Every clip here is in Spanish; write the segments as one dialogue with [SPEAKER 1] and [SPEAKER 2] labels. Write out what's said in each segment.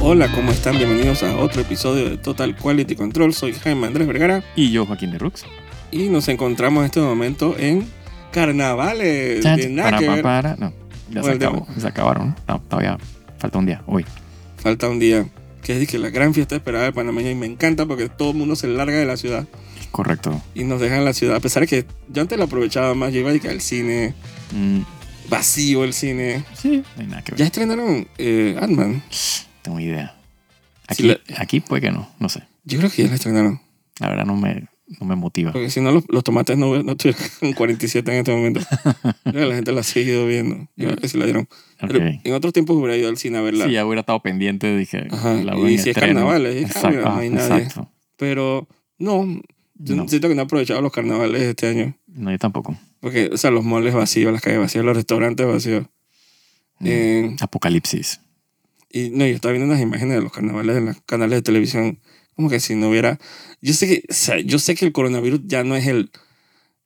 [SPEAKER 1] Hola, ¿cómo están? Bienvenidos a otro episodio de Total Quality Control. Soy Jaime Andrés Vergara
[SPEAKER 2] Y yo, Joaquín de
[SPEAKER 1] Eh,
[SPEAKER 2] Rux.
[SPEAKER 1] y nos encontramos en este momento en Carnavales
[SPEAKER 2] Chan,
[SPEAKER 1] de nada
[SPEAKER 2] para,
[SPEAKER 1] que
[SPEAKER 2] para,
[SPEAKER 1] ver.
[SPEAKER 2] para. No, ya se
[SPEAKER 1] Bueno,
[SPEAKER 2] acabó. Se acabaron. No, todavía falta un día. Hoy.
[SPEAKER 1] Falta un día, que es dizque, la gran fiesta esperada de panameña y me encanta porque todo el mundo se larga de la ciudad
[SPEAKER 2] Correcto.
[SPEAKER 1] y nos deja en la ciudad. A pesar de que yo antes la aprovechaba más, yo iba dizque, al cine,
[SPEAKER 2] Mm,
[SPEAKER 1] vacío el cine.
[SPEAKER 2] sí, no hay nada que ver.
[SPEAKER 1] Ya estrenaron eh, Ant-Man.
[SPEAKER 2] Tengo idea.
[SPEAKER 1] Sí,
[SPEAKER 2] Aquí, aquí puede que no. No sé.
[SPEAKER 1] Yo creo que ya la estrenaron.
[SPEAKER 2] La verdad no me, no me motiva.
[SPEAKER 1] Porque si no, los, los tomates no, no estuvieran con 47 en este momento. Creo que la gente la ha seguido viendo. Yo creo que sí la dieron. Pero
[SPEAKER 2] Ok.
[SPEAKER 1] en otros tiempos hubiera ido al cine a verla.
[SPEAKER 2] Sí, ya hubiera estado pendiente. Dije,
[SPEAKER 1] Ajá,
[SPEAKER 2] la
[SPEAKER 1] y
[SPEAKER 2] veo en
[SPEAKER 1] si es
[SPEAKER 2] estreno.
[SPEAKER 1] carnavales, dije, ah,
[SPEAKER 2] Exacto.
[SPEAKER 1] mira, no
[SPEAKER 2] ah,
[SPEAKER 1] hay nadie.
[SPEAKER 2] exacto.
[SPEAKER 1] Pero no, yo
[SPEAKER 2] No,
[SPEAKER 1] siento que no he aprovechado los carnavales este año.
[SPEAKER 2] no, yo tampoco.
[SPEAKER 1] Porque, o sea, los moles vacíos, las calles vacías, los restaurantes vacíos.
[SPEAKER 2] Mm.
[SPEAKER 1] Eh,
[SPEAKER 2] Apocalipsis.
[SPEAKER 1] y no, yo estaba viendo unas imágenes de los carnavales en los canales de televisión. Como que si no hubiera... Yo sé que, o sea, yo sé que el coronavirus ya no es el...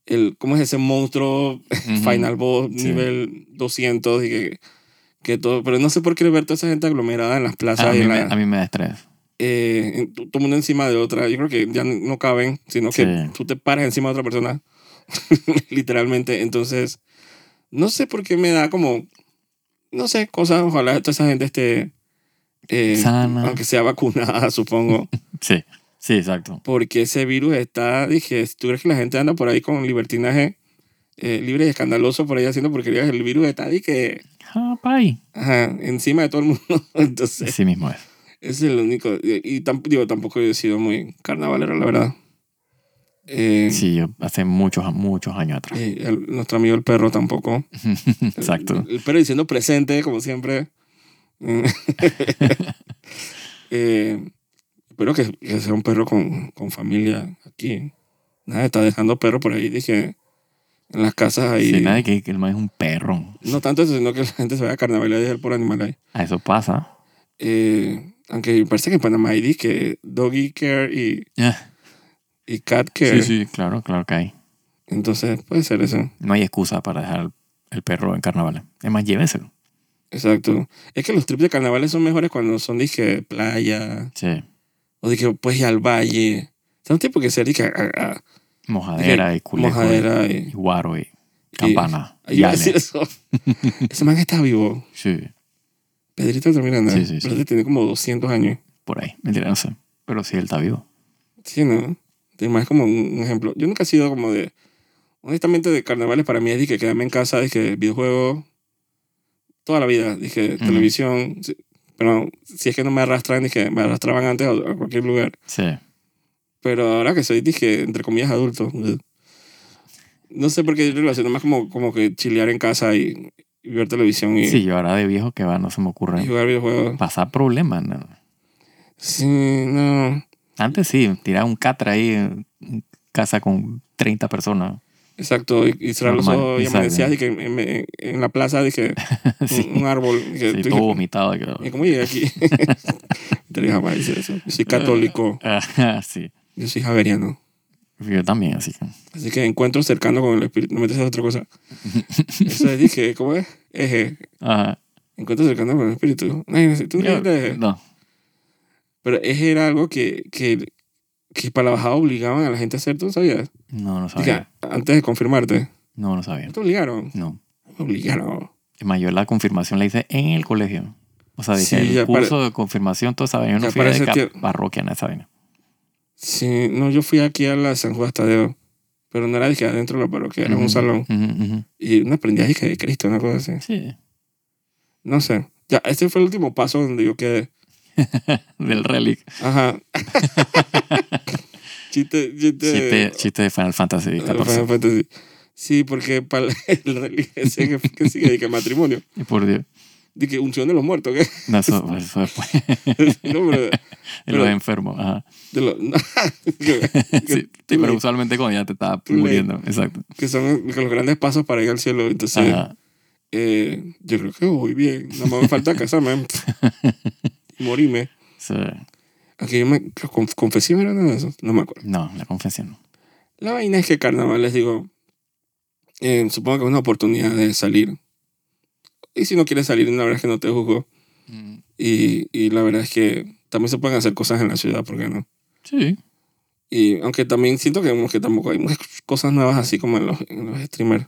[SPEAKER 1] el ¿Cómo es ese monstruo final boss
[SPEAKER 2] Sí.
[SPEAKER 1] nivel 200 y que, que todo... Pero no sé por qué ver toda esa gente aglomerada en las plazas
[SPEAKER 2] Ah, a,
[SPEAKER 1] y
[SPEAKER 2] mí
[SPEAKER 1] en
[SPEAKER 2] me,
[SPEAKER 1] la-
[SPEAKER 2] a mí me da estrés.
[SPEAKER 1] eh, en- todo el mundo encima de otra. Yo creo que ya no caben, sino que
[SPEAKER 2] Sí.
[SPEAKER 1] tú te paras encima de otra persona, literalmente. Entonces, no sé por qué me da como, no sé, cosas. Ojalá toda esa gente esté, eh,
[SPEAKER 2] Sana.
[SPEAKER 1] aunque sea vacunada, supongo,
[SPEAKER 2] Sí, sí, exacto.
[SPEAKER 1] porque ese virus está, dije, si tú crees que la gente anda por ahí con libertinaje eh, libre y escandaloso por ahí haciendo porquerías, el virus está, dije,
[SPEAKER 2] Ah, pay.
[SPEAKER 1] ajá, encima de todo el mundo. Entonces,
[SPEAKER 2] Así mismo es.
[SPEAKER 1] Ese es el único. Y, y tamp- digo, tampoco he sido muy carnavalero, la verdad. Eh,
[SPEAKER 2] Sí, yo hace muchos, muchos años atrás.
[SPEAKER 1] y el- nuestro amigo el perro tampoco. Eh,
[SPEAKER 2] Exacto.
[SPEAKER 1] El, el perro diciendo presente, como siempre. Mm. Eh, espero que, que sea un perro con, con familia aquí. Nada, está dejando perro por ahí, dije, en las casas ahí.
[SPEAKER 2] Sí, nadie que, que el man es un perro.
[SPEAKER 1] No tanto eso, sino que la gente se vaya a carnaval y a dejar por animal ahí.
[SPEAKER 2] A eso pasa.
[SPEAKER 1] Eh, aunque parece que en Panamá hay dije, doggy care y,
[SPEAKER 2] Ah,
[SPEAKER 1] y cat care.
[SPEAKER 2] Sí, sí, claro, claro que hay.
[SPEAKER 1] Entonces puede ser eso.
[SPEAKER 2] No hay excusa para dejar el perro en carnaval. Es más, llévenselo.
[SPEAKER 1] Exacto. Es que los trips de carnavales son mejores cuando son, dije, playa.
[SPEAKER 2] Sí.
[SPEAKER 1] O dije, pues ir al valle. O sea, no tiene por qué ser, dije, a- a-
[SPEAKER 2] Mojadera y culejo.
[SPEAKER 1] mojadera
[SPEAKER 2] Y
[SPEAKER 1] y...
[SPEAKER 2] guaro y campana.
[SPEAKER 1] Ay, iba a
[SPEAKER 2] yale.
[SPEAKER 1] decir eso. Ese man está vivo.
[SPEAKER 2] Sí,
[SPEAKER 1] Pedrito está mirando.
[SPEAKER 2] Sí, sí, sí.
[SPEAKER 1] Pero este tiene como 200 años.
[SPEAKER 2] por ahí. Mentira, no sé. Pero sí, él está vivo.
[SPEAKER 1] Sí, ¿no? Es más como un un ejemplo. Yo nunca he sido como de... Honestamente, de carnavales para mí es, dije, quedarme en casa, dije, videojuegos. Toda la vida, dije,
[SPEAKER 2] Ujú.
[SPEAKER 1] televisión. sí. Pero si es que no me arrastran, dije, me arrastraban antes a a cualquier lugar.
[SPEAKER 2] Sí.
[SPEAKER 1] Pero ahora que soy, dije, entre comillas, adulto. No sé por qué yo relaciono más como, como que chilear en casa y, y ver televisión y,
[SPEAKER 2] Sí, yo ahora de viejo que va, no se me
[SPEAKER 1] y
[SPEAKER 2] ocurre
[SPEAKER 1] jugar videojuegos.
[SPEAKER 2] pasar problemas. ¿no?
[SPEAKER 1] Sí, no.
[SPEAKER 2] Antes sí, tirar un catra ahí en casa con 30 personas.
[SPEAKER 1] Exacto. Y, y cerrar los
[SPEAKER 2] Normal,
[SPEAKER 1] ojos y
[SPEAKER 2] exacto.
[SPEAKER 1] amanecías dije, en, en- en la plaza, dije,
[SPEAKER 2] sí.
[SPEAKER 1] un, un árbol. Dije,
[SPEAKER 2] Sí,
[SPEAKER 1] tú
[SPEAKER 2] todo
[SPEAKER 1] dije,
[SPEAKER 2] vomitado.
[SPEAKER 1] "¿Y
[SPEAKER 2] creo.
[SPEAKER 1] ¿Cómo llegué aquí? Te dije, jamás hice eso. Yo
[SPEAKER 2] Ah.
[SPEAKER 1] soy católico,
[SPEAKER 2] Ajá, Ah, sí.
[SPEAKER 1] yo soy javeriano.
[SPEAKER 2] Yo también, así que.
[SPEAKER 1] Así que encuentro cercano con el espíritu. No metes a otra cosa. Eso es, dije, ¿cómo es? Eje.
[SPEAKER 2] Ajá.
[SPEAKER 1] Encuentro cercano con el espíritu. Ay, tú no
[SPEAKER 2] ah, Yo-
[SPEAKER 1] dijiste eje.
[SPEAKER 2] no.
[SPEAKER 1] Pero ese era algo que, que, que para la bajada obligaban a la gente a hacer, ¿tú no sabías?
[SPEAKER 2] No, no
[SPEAKER 1] Dije,
[SPEAKER 2] sabía.
[SPEAKER 1] antes de confirmarte.
[SPEAKER 2] No, no
[SPEAKER 1] ¿No
[SPEAKER 2] sabía.
[SPEAKER 1] te obligaron?
[SPEAKER 2] No.
[SPEAKER 1] Me obligaron.
[SPEAKER 2] Es más, yo la confirmación la hice en el colegio. O sea, dije,
[SPEAKER 1] Sí, ya
[SPEAKER 2] el curso de confirmación, todo saben. Yo
[SPEAKER 1] ya
[SPEAKER 2] no fui de
[SPEAKER 1] parece
[SPEAKER 2] ca-
[SPEAKER 1] que-
[SPEAKER 2] parroquia, nada, saben.
[SPEAKER 1] Sí, no, yo fui aquí a la San Juan Tadeo. Pero no era dije, adentro de la parroquia, era un salón. Y una aprendía dije de Cristo, una cosa así.
[SPEAKER 2] Sí.
[SPEAKER 1] No sé. Ya, este fue el último paso donde yo quedé.
[SPEAKER 2] Del relic.
[SPEAKER 1] Ajá. chiste, chiste.
[SPEAKER 2] Chiste, chiste de Final Fantasy
[SPEAKER 1] Final
[SPEAKER 2] 14.
[SPEAKER 1] Fantasy. Sí, porque para el religioso que, que sigue, de que matrimonio,
[SPEAKER 2] Y Por Dios.
[SPEAKER 1] de que unción de los muertos, ¿qué?
[SPEAKER 2] No, eso, eso después.
[SPEAKER 1] No, pero
[SPEAKER 2] Y Los
[SPEAKER 1] Pero-
[SPEAKER 2] enfermos. Ajá.
[SPEAKER 1] De lo- que, que-
[SPEAKER 2] Sí, sí,
[SPEAKER 1] tú
[SPEAKER 2] pero
[SPEAKER 1] le-
[SPEAKER 2] usualmente cuando ya te estaba
[SPEAKER 1] tú le-
[SPEAKER 2] muriendo. Exacto.
[SPEAKER 1] que son los grandes pasos para ir al cielo. Entonces,
[SPEAKER 2] Ajá.
[SPEAKER 1] eh, yo creo que voy bien. Nada más me falta casarme. y morirme.
[SPEAKER 2] Sí.
[SPEAKER 1] Aquí yo me creo, conf- confesé, ¿no era nada de eso. No me acuerdo.
[SPEAKER 2] No, la confesión.
[SPEAKER 1] La vaina es que carnaval, les digo, eh, supongo que es una oportunidad de salir. Y si no quieres salir, la verdad es que no te juzgo.
[SPEAKER 2] Mm,
[SPEAKER 1] Y, y la verdad es que también se pueden hacer cosas en la ciudad, ¿por qué no?
[SPEAKER 2] Sí.
[SPEAKER 1] Y aunque también siento que, como que tampoco hay muchas cosas nuevas así como en los, en los streamers.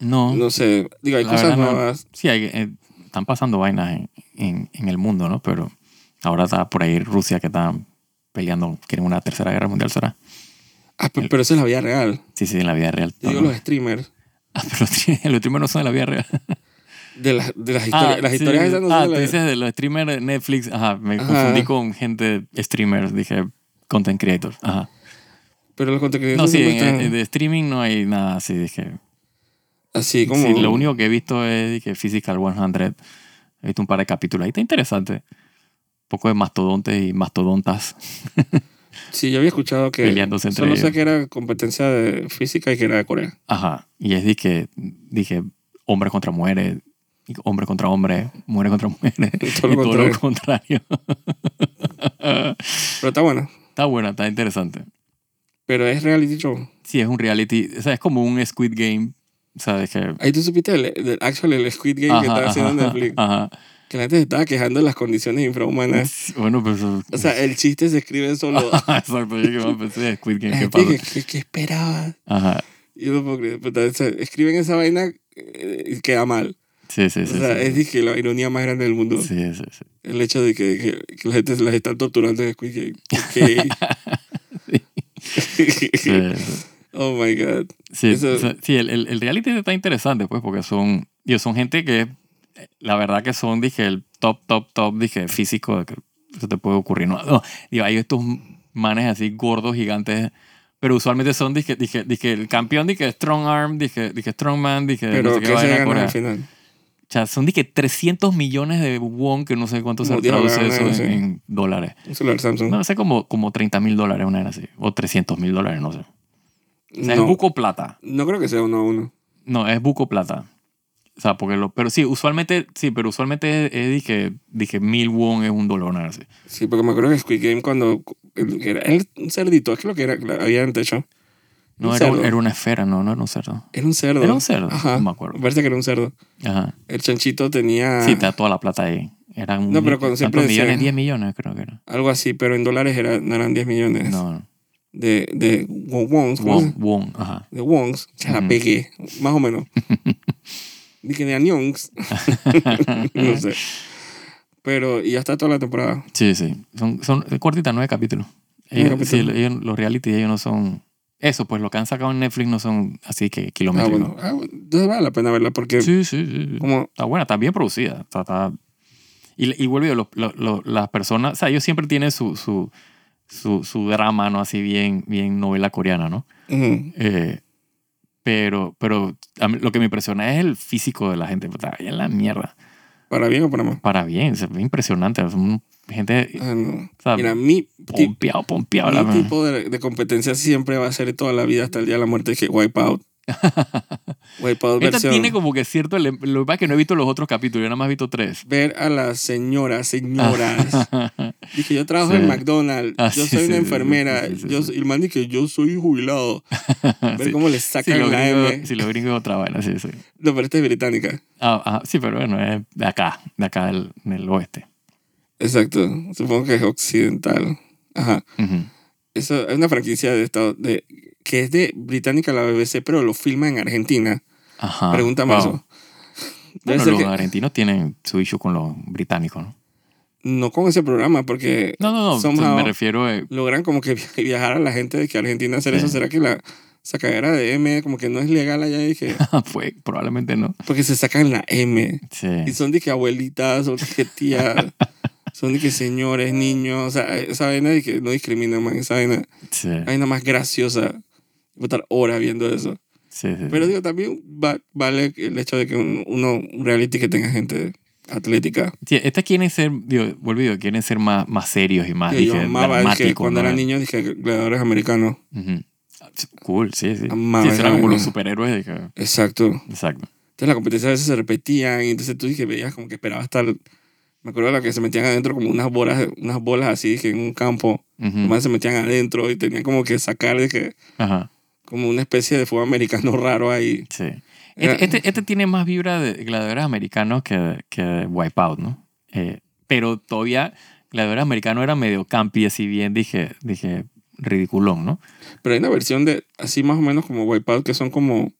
[SPEAKER 2] No.
[SPEAKER 1] No sé, digo, hay
[SPEAKER 2] La
[SPEAKER 1] cosas
[SPEAKER 2] verdad no.
[SPEAKER 1] nuevas.
[SPEAKER 2] Sí, hay- eh, están pasando vainas en, en- en el mundo, ¿no? Pero ahora está por ahí Rusia que está peleando, quieren una tercera guerra mundial, ¿será?
[SPEAKER 1] Ah, pe- pero eso es la vida real.
[SPEAKER 2] Sí, sí, en la vida real.
[SPEAKER 1] Yo digo
[SPEAKER 2] No, no.
[SPEAKER 1] los streamers.
[SPEAKER 2] Ah, pero los streamers- los streamers no son de la vida real.
[SPEAKER 1] De las, de las historias. las
[SPEAKER 2] sí.
[SPEAKER 1] historias esas no
[SPEAKER 2] Ah,
[SPEAKER 1] son de
[SPEAKER 2] tú
[SPEAKER 1] la-
[SPEAKER 2] dices de los streamers de Netflix. Ajá, me
[SPEAKER 1] Ajá.
[SPEAKER 2] confundí con gente streamers, dije content creators. Ajá.
[SPEAKER 1] Pero los contenidos
[SPEAKER 2] No, sí,
[SPEAKER 1] siempre
[SPEAKER 2] en-
[SPEAKER 1] están
[SPEAKER 2] en- de streaming no hay nada así, dije.
[SPEAKER 1] así como...
[SPEAKER 2] Sí, lo único que he visto es dije, Physical 100. He visto un par de capítulos. Ahí está interesante. Un poco de mastodontes y mastodontas.
[SPEAKER 1] Sí, yo había escuchado que...
[SPEAKER 2] Peleándose entre
[SPEAKER 1] solo sé
[SPEAKER 2] ellos.
[SPEAKER 1] que era competencia de física y que era de Corea.
[SPEAKER 2] Ajá. Y es dije, dije hombres contra mujeres, y hombres contra hombres, mujeres contra mujeres.
[SPEAKER 1] Todo lo
[SPEAKER 2] y
[SPEAKER 1] contrario.
[SPEAKER 2] todo lo contrario.
[SPEAKER 1] Pero está bueno.
[SPEAKER 2] está buena, está interesante.
[SPEAKER 1] Pero es reality show.
[SPEAKER 2] Sí, es un reality. O sea, es como un Squid Game. ¿Sabes que
[SPEAKER 1] Ahí tú supiste del, del actual el Squid Game que está haciendo Netflix.
[SPEAKER 2] ajá.
[SPEAKER 1] Que la gente se estaba quejando de las condiciones infrahumanas.
[SPEAKER 2] Sí, Bueno, pues.
[SPEAKER 1] O sea, el chiste se escribe solo...
[SPEAKER 2] Exacto, yo que me pensé Squid Game,
[SPEAKER 1] La
[SPEAKER 2] ¿qué
[SPEAKER 1] gente
[SPEAKER 2] pasa?
[SPEAKER 1] que- que- que esperaba?
[SPEAKER 2] Ajá.
[SPEAKER 1] Yo no puedo creer. puta, o sea, escriben esa vaina eh, y queda mal.
[SPEAKER 2] Sí, sí, sí.
[SPEAKER 1] o sea,
[SPEAKER 2] sí.
[SPEAKER 1] es dije, la ironía más grande del mundo.
[SPEAKER 2] Sí, sí, sí.
[SPEAKER 1] El hecho de que, que, que la gente las están torturando en Squid Game. Ok.
[SPEAKER 2] Sí, sí.
[SPEAKER 1] oh my God.
[SPEAKER 2] Sí,
[SPEAKER 1] Eso-
[SPEAKER 2] o sea, sí, el, el, el reality está interesante, pues, porque son, digo, son gente que, eh, la verdad que son, dije, el top, top, top, dije, físico, de que se te puede ocurrir. No, No, digo, hay estos manes así gordos, gigantes, pero usualmente son, dije, dije, dije el campeón, dije, strong arm, dije, dije, strong man, dije, no
[SPEAKER 1] Pero
[SPEAKER 2] sé
[SPEAKER 1] que
[SPEAKER 2] qué
[SPEAKER 1] se
[SPEAKER 2] vaina,
[SPEAKER 1] gana
[SPEAKER 2] Corea.
[SPEAKER 1] al final.
[SPEAKER 2] O sea, son, dije, 300 millones de won, que no sé cuánto se
[SPEAKER 1] Como diablo,
[SPEAKER 2] traduce
[SPEAKER 1] ganan,
[SPEAKER 2] eso en,
[SPEAKER 1] sí.
[SPEAKER 2] en dólares.
[SPEAKER 1] Un celular Samsung.
[SPEAKER 2] No sé, como, como 30 mil dólares, una era así, o 300 mil dólares, no sé. O sea, es
[SPEAKER 1] no,
[SPEAKER 2] buco plata.
[SPEAKER 1] no creo que sea uno a uno.
[SPEAKER 2] No, es buco plata. O sea, porque lo. Pero sí, usualmente. Sí, pero usualmente es, es dije, dije mil won es un dólar, una cosa así.
[SPEAKER 1] Sí, porque me acuerdo que Squid Game cuando... el- Era el- un cerdito, es que lo que era, la- había en el techo.
[SPEAKER 2] No,
[SPEAKER 1] Un
[SPEAKER 2] era, un-
[SPEAKER 1] cerdo.
[SPEAKER 2] era una esfera, no, no era un cerdo.
[SPEAKER 1] Era un cerdo.
[SPEAKER 2] Era un cerdo,
[SPEAKER 1] Ajá.
[SPEAKER 2] no me acuerdo.
[SPEAKER 1] Parece que era un cerdo.
[SPEAKER 2] Ajá.
[SPEAKER 1] El chanchito tenía
[SPEAKER 2] Sí, está toda la plata ahí. Era un.
[SPEAKER 1] Ah. No, pero cuando
[SPEAKER 2] ¿cuántos
[SPEAKER 1] siempre decían-
[SPEAKER 2] millones? 10 millones, creo que era.
[SPEAKER 1] algo así, pero en dólares era, no eran 10 millones.
[SPEAKER 2] No,
[SPEAKER 1] De, de wo- wons. ¿cómo
[SPEAKER 2] won,
[SPEAKER 1] se-
[SPEAKER 2] won, ajá.
[SPEAKER 1] De wons. Se la
[SPEAKER 2] Ujú.
[SPEAKER 1] pegué, más o menos. Dije de anyongs. no sé. Pero y ya está toda la temporada.
[SPEAKER 2] Sí, sí. Son, son cortitas, nueve capítulos.
[SPEAKER 1] Nueve
[SPEAKER 2] Ellos- sí,
[SPEAKER 1] capítulos.
[SPEAKER 2] ellos- los reality, ellos no son. Eso, pues lo que han sacado en Netflix no son así que
[SPEAKER 1] Ah,
[SPEAKER 2] kilométricos.
[SPEAKER 1] bueno. Ah, bueno. Entonces vale la pena verla porque
[SPEAKER 2] Sí, sí, sí. sí.
[SPEAKER 1] como...
[SPEAKER 2] Está buena, está bien producida. Está, está- Y, y vuelvo, lo- lo- lo- las personas, o sea, ellos siempre tienen su, su, su, su drama, ¿no? Así bien, bien novela coreana, ¿no?
[SPEAKER 1] ujú,
[SPEAKER 2] Eh, pero pero a mí lo que me impresiona es el físico de la gente. Está bien la mierda.
[SPEAKER 1] para bien o para mal.
[SPEAKER 2] Para bien, se ve impresionante. Son gente,
[SPEAKER 1] Ah, no.
[SPEAKER 2] o sea,
[SPEAKER 1] Mira, mi,
[SPEAKER 2] oh,
[SPEAKER 1] ti-
[SPEAKER 2] pompeado, pompeado.
[SPEAKER 1] mi
[SPEAKER 2] la man.
[SPEAKER 1] tipo de, de competencia siempre va a ser toda la vida hasta el día de la muerte que Wipeout. Wipeout
[SPEAKER 2] Esta
[SPEAKER 1] versión.
[SPEAKER 2] tiene como que cierto, ele- lo que pasa es que no he visto los otros capítulos, yo nada más he visto tres.
[SPEAKER 1] Ver a las señoras, señoras. Dije, yo trabajo
[SPEAKER 2] Ah. Sí.
[SPEAKER 1] en McDonald's,
[SPEAKER 2] Ah,
[SPEAKER 1] yo
[SPEAKER 2] sí,
[SPEAKER 1] soy
[SPEAKER 2] sí,
[SPEAKER 1] una
[SPEAKER 2] sí,
[SPEAKER 1] enfermera,
[SPEAKER 2] sí, sí, sí,
[SPEAKER 1] yo
[SPEAKER 2] sí. Ah,
[SPEAKER 1] soy- y el man dice, yo soy jubilado. Ver
[SPEAKER 2] Sí.
[SPEAKER 1] cómo le
[SPEAKER 2] Si
[SPEAKER 1] sacan
[SPEAKER 2] lo
[SPEAKER 1] la
[SPEAKER 2] gringo,
[SPEAKER 1] M.
[SPEAKER 2] si lo gringo es otra vaina, sí, sí.
[SPEAKER 1] No, pero esta es británica.
[SPEAKER 2] Ah, ah, sí, pero bueno, es de acá, de acá del, del oeste.
[SPEAKER 1] Exacto, supongo que es occidental. Ajá.
[SPEAKER 2] Ujú.
[SPEAKER 1] Eso es una franquicia de Estado, de, que es de británica la BBC, pero lo filma en Argentina.
[SPEAKER 2] Ajá.
[SPEAKER 1] Pregúntame
[SPEAKER 2] Ah, Wow.
[SPEAKER 1] eso. Debe
[SPEAKER 2] Bueno,
[SPEAKER 1] ser
[SPEAKER 2] los
[SPEAKER 1] que-
[SPEAKER 2] argentinos tienen su issue con los británicos, ¿no?
[SPEAKER 1] no con ese programa, porque
[SPEAKER 2] No, no, no.
[SPEAKER 1] Somehow-
[SPEAKER 2] Me refiero eh, a...
[SPEAKER 1] logran como que via- viajar a la gente de que Argentina hacer
[SPEAKER 2] Sí.
[SPEAKER 1] eso. ¿Será que la sacadera de M como que no es legal allá? Dije,
[SPEAKER 2] pues, probablemente no.
[SPEAKER 1] porque se sacan la M.
[SPEAKER 2] Sí.
[SPEAKER 1] Y son de que abuelitas, son de que tías, son de que señores, niños, o sea, esa vaina de que no discrimina, man, esa vaina,
[SPEAKER 2] Sí.
[SPEAKER 1] la vaina más graciosa. Voy a estar horas viendo eso.
[SPEAKER 2] Sí, sí,
[SPEAKER 1] Pero
[SPEAKER 2] sí.
[SPEAKER 1] digo, también va- vale el hecho de que un- uno, un reality que tenga gente atlética.
[SPEAKER 2] Sí, Estas quieren ser, digo, vuelvo y digo, quieren ser más, más serios y más,
[SPEAKER 1] Que yo
[SPEAKER 2] Ah, dije,
[SPEAKER 1] amaba el que
[SPEAKER 2] dramáticos,
[SPEAKER 1] cuando
[SPEAKER 2] ¿no?
[SPEAKER 1] era niño dije gladiadores americanos.
[SPEAKER 2] Ujú. Cool, sí, sí.
[SPEAKER 1] Amaba
[SPEAKER 2] sí,
[SPEAKER 1] esa
[SPEAKER 2] serán como
[SPEAKER 1] vaina.
[SPEAKER 2] los superhéroes. dije.
[SPEAKER 1] Exacto.
[SPEAKER 2] Exacto.
[SPEAKER 1] Entonces la competencia a veces se repetían y entonces tú dije, veías como que esperabas estar... Me acuerdo de la que se metían adentro como unas bolas, unas bolas así, dije, en un campo.
[SPEAKER 2] Ujú.
[SPEAKER 1] Los manes se metían adentro y tenían como que sacar de que,
[SPEAKER 2] Ajá,
[SPEAKER 1] como una especie de fútbol americano raro ahí.
[SPEAKER 2] sí.
[SPEAKER 1] Era-
[SPEAKER 2] Este, este, este tiene más vibra de gladiadores americanos que, que Wipeout, ¿no? Eh, pero todavía Gladiadores americano era medio campi, así bien dije, dije ridiculón, ¿no?
[SPEAKER 1] Pero hay una versión de así más o menos como Wipeout que son como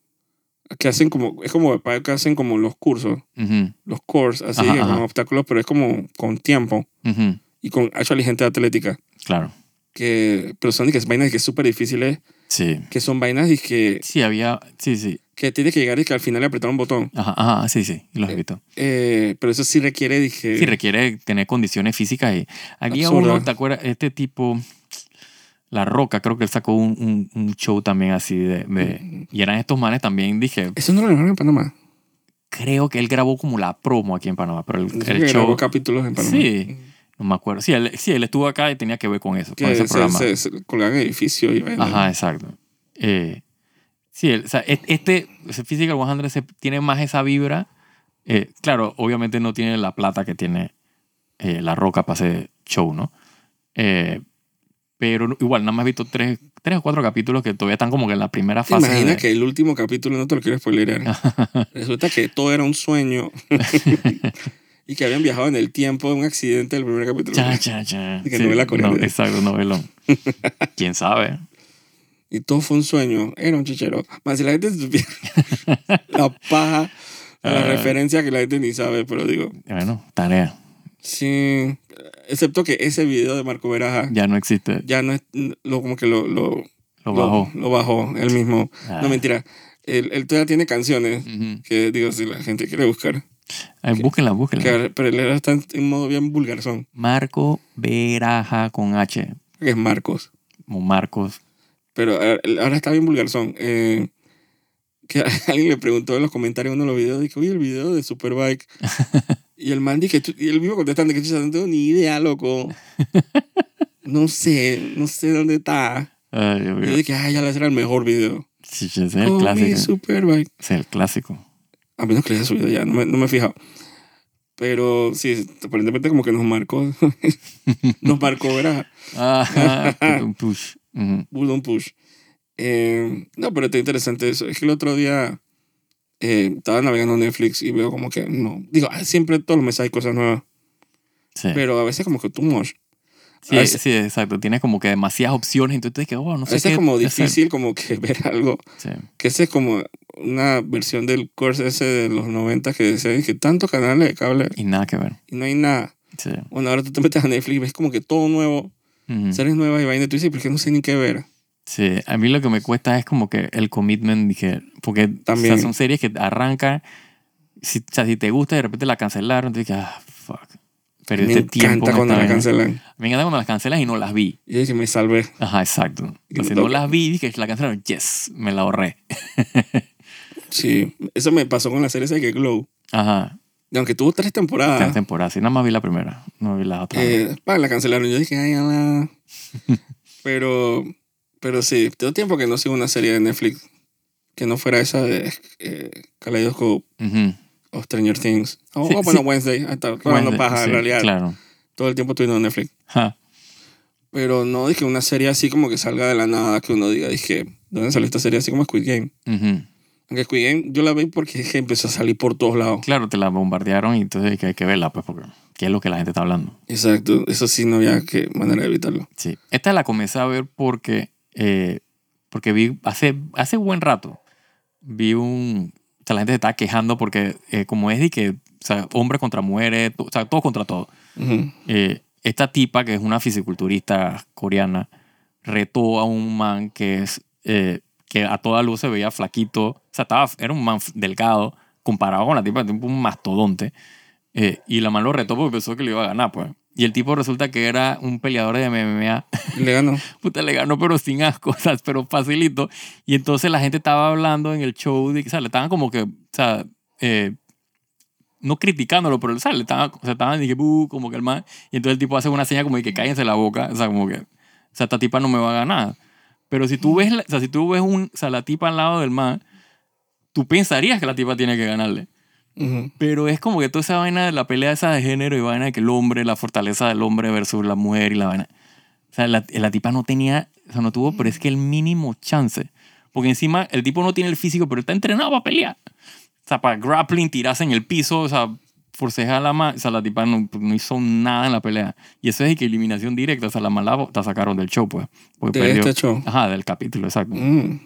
[SPEAKER 1] que hacen como es como Wipeout que hacen como los cursos,
[SPEAKER 2] Ujú,
[SPEAKER 1] los cores, así
[SPEAKER 2] Ajá,
[SPEAKER 1] con
[SPEAKER 2] ajá.
[SPEAKER 1] obstáculos, pero es como con tiempo
[SPEAKER 2] ujú,
[SPEAKER 1] y con actually gente atlética
[SPEAKER 2] Claro.
[SPEAKER 1] que pero son de que es vainas que es súper difíciles,
[SPEAKER 2] Sí.
[SPEAKER 1] que son vainas y que
[SPEAKER 2] Sí, había. Sí, sí.
[SPEAKER 1] que tienes que llegar y que al final le apretar un botón.
[SPEAKER 2] Ajá, ajá, sí, sí. Los he visto.
[SPEAKER 1] Eh, pero eso sí requiere dije
[SPEAKER 2] Sí, requiere tener condiciones físicas. Y había
[SPEAKER 1] Absurda.
[SPEAKER 2] uno, ¿te acuerdas? Este tipo, La Roca, creo que él sacó un, un- un show también así de, de- Y eran estos manes también, dije,
[SPEAKER 1] eso no lo grabaron en Panamá.
[SPEAKER 2] creo que él grabó como la promo aquí en Panamá, pero el,
[SPEAKER 1] Dicen
[SPEAKER 2] el
[SPEAKER 1] que
[SPEAKER 2] show...
[SPEAKER 1] grabó capítulos en Panamá.
[SPEAKER 2] Sí, no me acuerdo. Sí él, sí, él estuvo acá y tenía que ver con eso, con
[SPEAKER 1] Que se,
[SPEAKER 2] ese programa.
[SPEAKER 1] se, se colgaban en edificios y vainas.
[SPEAKER 2] Ajá, exacto. Eh, sí, el- o sea, e- este ese Physical 100 se- tiene más esa vibra. Eh, claro, obviamente no tiene la plata que tiene eh, La Roca para ese show, ¿no? Eh, pero igual, nada más he visto tres, tres o cuatro capítulos que todavía están como que en la primera
[SPEAKER 1] ¿Te
[SPEAKER 2] fase.
[SPEAKER 1] imaginas
[SPEAKER 2] de-
[SPEAKER 1] que el último capítulo, no te lo quiero spoilerear, resulta que todo era un sueño y que habían viajado en el tiempo de un accidente del primer capítulo?
[SPEAKER 2] Cha, cha, cha.
[SPEAKER 1] De que novela coreana.
[SPEAKER 2] no, exacto, novelón. ¿Quién sabe?
[SPEAKER 1] Y todo fue un sueño, era un chichero. Más si la gente supiera la paja, la
[SPEAKER 2] Ah.
[SPEAKER 1] referencia que la gente ni sabe, pero digo,
[SPEAKER 2] Bueno, tarea.
[SPEAKER 1] sí, excepto que ese video de Marco Veraja
[SPEAKER 2] Ya no existe.
[SPEAKER 1] ya no es, lo, como que lo, lo,
[SPEAKER 2] Lo bajó.
[SPEAKER 1] Lo, bajó, él mismo.
[SPEAKER 2] Ah.
[SPEAKER 1] No, mentira, él, él todavía tiene canciones
[SPEAKER 2] Ujú.
[SPEAKER 1] que digo, si la gente quiere buscar.
[SPEAKER 2] Ay, búsquenla, búsquenla.
[SPEAKER 1] Que- pero él era- está en, en modo bien vulgarzón,
[SPEAKER 2] Marco Veraja con H,
[SPEAKER 1] que es Marcos.
[SPEAKER 2] como Marcos.
[SPEAKER 1] Pero a- ahora está bien vulgarzón. Eh, que alguien le preguntó en los comentarios uno de los videos, dije, oye, el video de Superbike. y el man dije, "Chu-", y él mismo contestando, que "Chucha, no tengo ni idea, loco. No sé, no sé dónde está.
[SPEAKER 2] Ay, Dios
[SPEAKER 1] Y yo
[SPEAKER 2] mío.
[SPEAKER 1] dije, ah, ya le será el mejor video.
[SPEAKER 2] Sí, sí, ese es el
[SPEAKER 1] Con mi
[SPEAKER 2] clásico.
[SPEAKER 1] Superbike.
[SPEAKER 2] Ese es el clásico.
[SPEAKER 1] A menos que le haya subido ya, no me, no me he fijado. Pero sí, aparentemente como que nos marcó. nos marcó, ¿verdad?
[SPEAKER 2] Ajá, un Ah, push. Ujú.
[SPEAKER 1] Bull on Push. Eh, no, pero está interesante eso. Es que el otro día eh, estaba navegando en Netflix y veo como que no. Digo, ah, siempre todos los meses hay cosas nuevas,
[SPEAKER 2] Sí,
[SPEAKER 1] pero a veces como que tú much.
[SPEAKER 2] sí,
[SPEAKER 1] a veces-
[SPEAKER 2] sí, exacto. Tienes como que demasiadas opciones, entonces que, oh, no
[SPEAKER 1] A
[SPEAKER 2] sé
[SPEAKER 1] veces
[SPEAKER 2] qué
[SPEAKER 1] es como
[SPEAKER 2] hacer.
[SPEAKER 1] difícil como que ver algo.
[SPEAKER 2] Sí.
[SPEAKER 1] Que ese es como una versión del course ese de los 90 que decían que tantos canales de cable
[SPEAKER 2] Y nada que ver.
[SPEAKER 1] y no hay nada.
[SPEAKER 2] Sí.
[SPEAKER 1] Bueno, ahora tú te metes a Netflix y ves como que todo nuevo,
[SPEAKER 2] Ujú.
[SPEAKER 1] series nuevas y vaina. Y tú dices, porque no sé ni qué ver.
[SPEAKER 2] Sí, a mí lo que me cuesta es como que el commitment, dije, porque o sea,
[SPEAKER 1] También.
[SPEAKER 2] son series que arrancan, si, o sea, si te gusta y de repente la cancelaron, entonces dije, ah, fuck. Pero
[SPEAKER 1] me
[SPEAKER 2] este tiempo.
[SPEAKER 1] encanta
[SPEAKER 2] en
[SPEAKER 1] cuando
[SPEAKER 2] esta
[SPEAKER 1] la
[SPEAKER 2] vaina.
[SPEAKER 1] cancelan.
[SPEAKER 2] Me encanta cuando las cancelas y no las vi.
[SPEAKER 1] Y yo dije, me salvé.
[SPEAKER 2] Ajá, exacto.
[SPEAKER 1] Y no
[SPEAKER 2] Entonces no
[SPEAKER 1] toca.
[SPEAKER 2] las vi, dije, la cancelaron, yes, me la ahorré.
[SPEAKER 1] Sí, eso me pasó con la serie esa de que Glow.
[SPEAKER 2] Ajá,
[SPEAKER 1] Y aunque tuvo tres
[SPEAKER 2] esta
[SPEAKER 1] temporadas,
[SPEAKER 2] temporada, sí, nada más vi la primera, no vi la otra.
[SPEAKER 1] eh, pa, la cancelaron. Yo dije, ay, ala". pero, pero sí, tengo tiempo que no sigo una serie de Netflix que no fuera esa de eh, Kaleidoscope
[SPEAKER 2] Ujú.
[SPEAKER 1] o Stranger Things. O,
[SPEAKER 2] Sí,
[SPEAKER 1] o bueno,
[SPEAKER 2] sí.
[SPEAKER 1] Wednesday, hasta cuando
[SPEAKER 2] Wednesday,
[SPEAKER 1] paja,
[SPEAKER 2] sí,
[SPEAKER 1] en realidad.
[SPEAKER 2] Claro.
[SPEAKER 1] Todo el tiempo estoy viendo Netflix.
[SPEAKER 2] Ja.
[SPEAKER 1] Pero no dije una serie así como que salga de la nada, que uno diga, dije, ¿dónde salió esta serie así como Squid Game?
[SPEAKER 2] Ujú.
[SPEAKER 1] Aunque Squid Game yo la vi porque es que empezó a salir por todos lados.
[SPEAKER 2] Claro, te la bombardearon y entonces que hay que verla, pues, porque qué es lo que la gente está hablando.
[SPEAKER 1] Exacto, eso sí no había que manera de evitarlo.
[SPEAKER 2] Sí. Esta la comencé a ver porque, eh, porque vi hace, hace buen rato, vi un... O sea, la gente se está quejando porque eh, como es de que, o sea, hombres contra mujeres, o sea, todo contra todo.
[SPEAKER 1] Ujú.
[SPEAKER 2] Eh, esta tipa, que es una fisiculturista coreana, retó a un man que es eh, que a toda luz se veía flaquito. O sea, estaba, era un man f- delgado comparado con la tipa, tipo un mastodonte. Eh, y la man lo retó porque pensó que le iba a ganar, pues. Y el tipo resulta que era un peleador de MMA.
[SPEAKER 1] Y Le ganó.
[SPEAKER 2] Puta, le ganó, pero sin asco, o sea, pero facilito. Y entonces la gente estaba hablando en el show, de, o sea, le estaban como que, o sea, eh, no criticándolo, pero, o sea, le estaban, o sea, estaban, dije, "Bu", como que el man. Y entonces el tipo hace una seña como de que cállense la boca, o sea, como que, o sea, esta tipa no me va a ganar. Pero si tú ves, la- o sea, si tú ves un, o sea, la tipa al lado del man, tú pensarías que la tipa tiene que ganarle.
[SPEAKER 1] Ujú.
[SPEAKER 2] Pero es como que toda esa vaina de la pelea esa de género y vaina de que el hombre, la fortaleza del hombre versus la mujer y la vaina. O sea, la, la tipa no tenía, o sea, no tuvo, pero es que el mínimo chance. Porque encima el tipo no tiene el físico, pero está entrenado para pelear. O sea, para grappling, tirarse en el piso, o sea, forceja a la mano, o sea, la tipa no, no hizo nada en la pelea. Y eso es de que eliminación directa, o sea, la mala la sacaron del show, pues. porque
[SPEAKER 1] De este show.
[SPEAKER 2] Ajá, del capítulo, exacto.
[SPEAKER 1] Mm.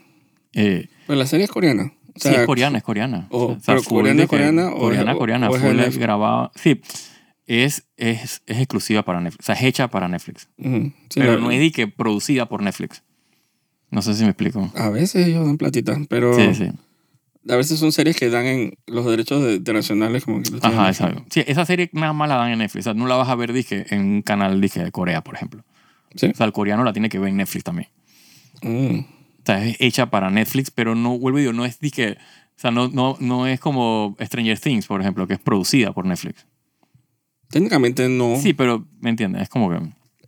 [SPEAKER 2] Eh,
[SPEAKER 1] Pero la serie es coreana. O sea,
[SPEAKER 2] sí, es coreana, es coreana.
[SPEAKER 1] Ah, o-
[SPEAKER 2] O sea,
[SPEAKER 1] pero
[SPEAKER 2] full
[SPEAKER 1] coreana,
[SPEAKER 2] de que-
[SPEAKER 1] coreana, o-
[SPEAKER 2] coreana,
[SPEAKER 1] o-
[SPEAKER 2] coreana,
[SPEAKER 1] o es
[SPEAKER 2] full
[SPEAKER 1] de
[SPEAKER 2] de-
[SPEAKER 1] Netflix.
[SPEAKER 2] grabada. Sí, es, es, es exclusiva para Netflix. O sea, es hecha para Netflix.
[SPEAKER 1] mm, sí,
[SPEAKER 2] pero
[SPEAKER 1] la-
[SPEAKER 2] no es de que producida por Netflix. No sé si me explico.
[SPEAKER 1] A veces ellos dan platita, pero
[SPEAKER 2] Sí, sí.
[SPEAKER 1] a veces son series que dan en los derechos de- internacionales como que lo tienen.
[SPEAKER 2] Ajá, exacto. Sí, esa serie nada más la dan en Netflix. O sea, no la vas a ver, dije, en un canal, dije, de Corea, por ejemplo.
[SPEAKER 1] Sí.
[SPEAKER 2] O sea, el coreano la tiene que ver en Netflix también.
[SPEAKER 1] Mm.
[SPEAKER 2] O sea, es hecha para Netflix, pero no, vuelvo y digo, no es dije... O sea, no, no, no es como Stranger Things, por ejemplo, que es producida por Netflix.
[SPEAKER 1] Técnicamente no.
[SPEAKER 2] Sí, pero, ¿me entiendes? Es como que...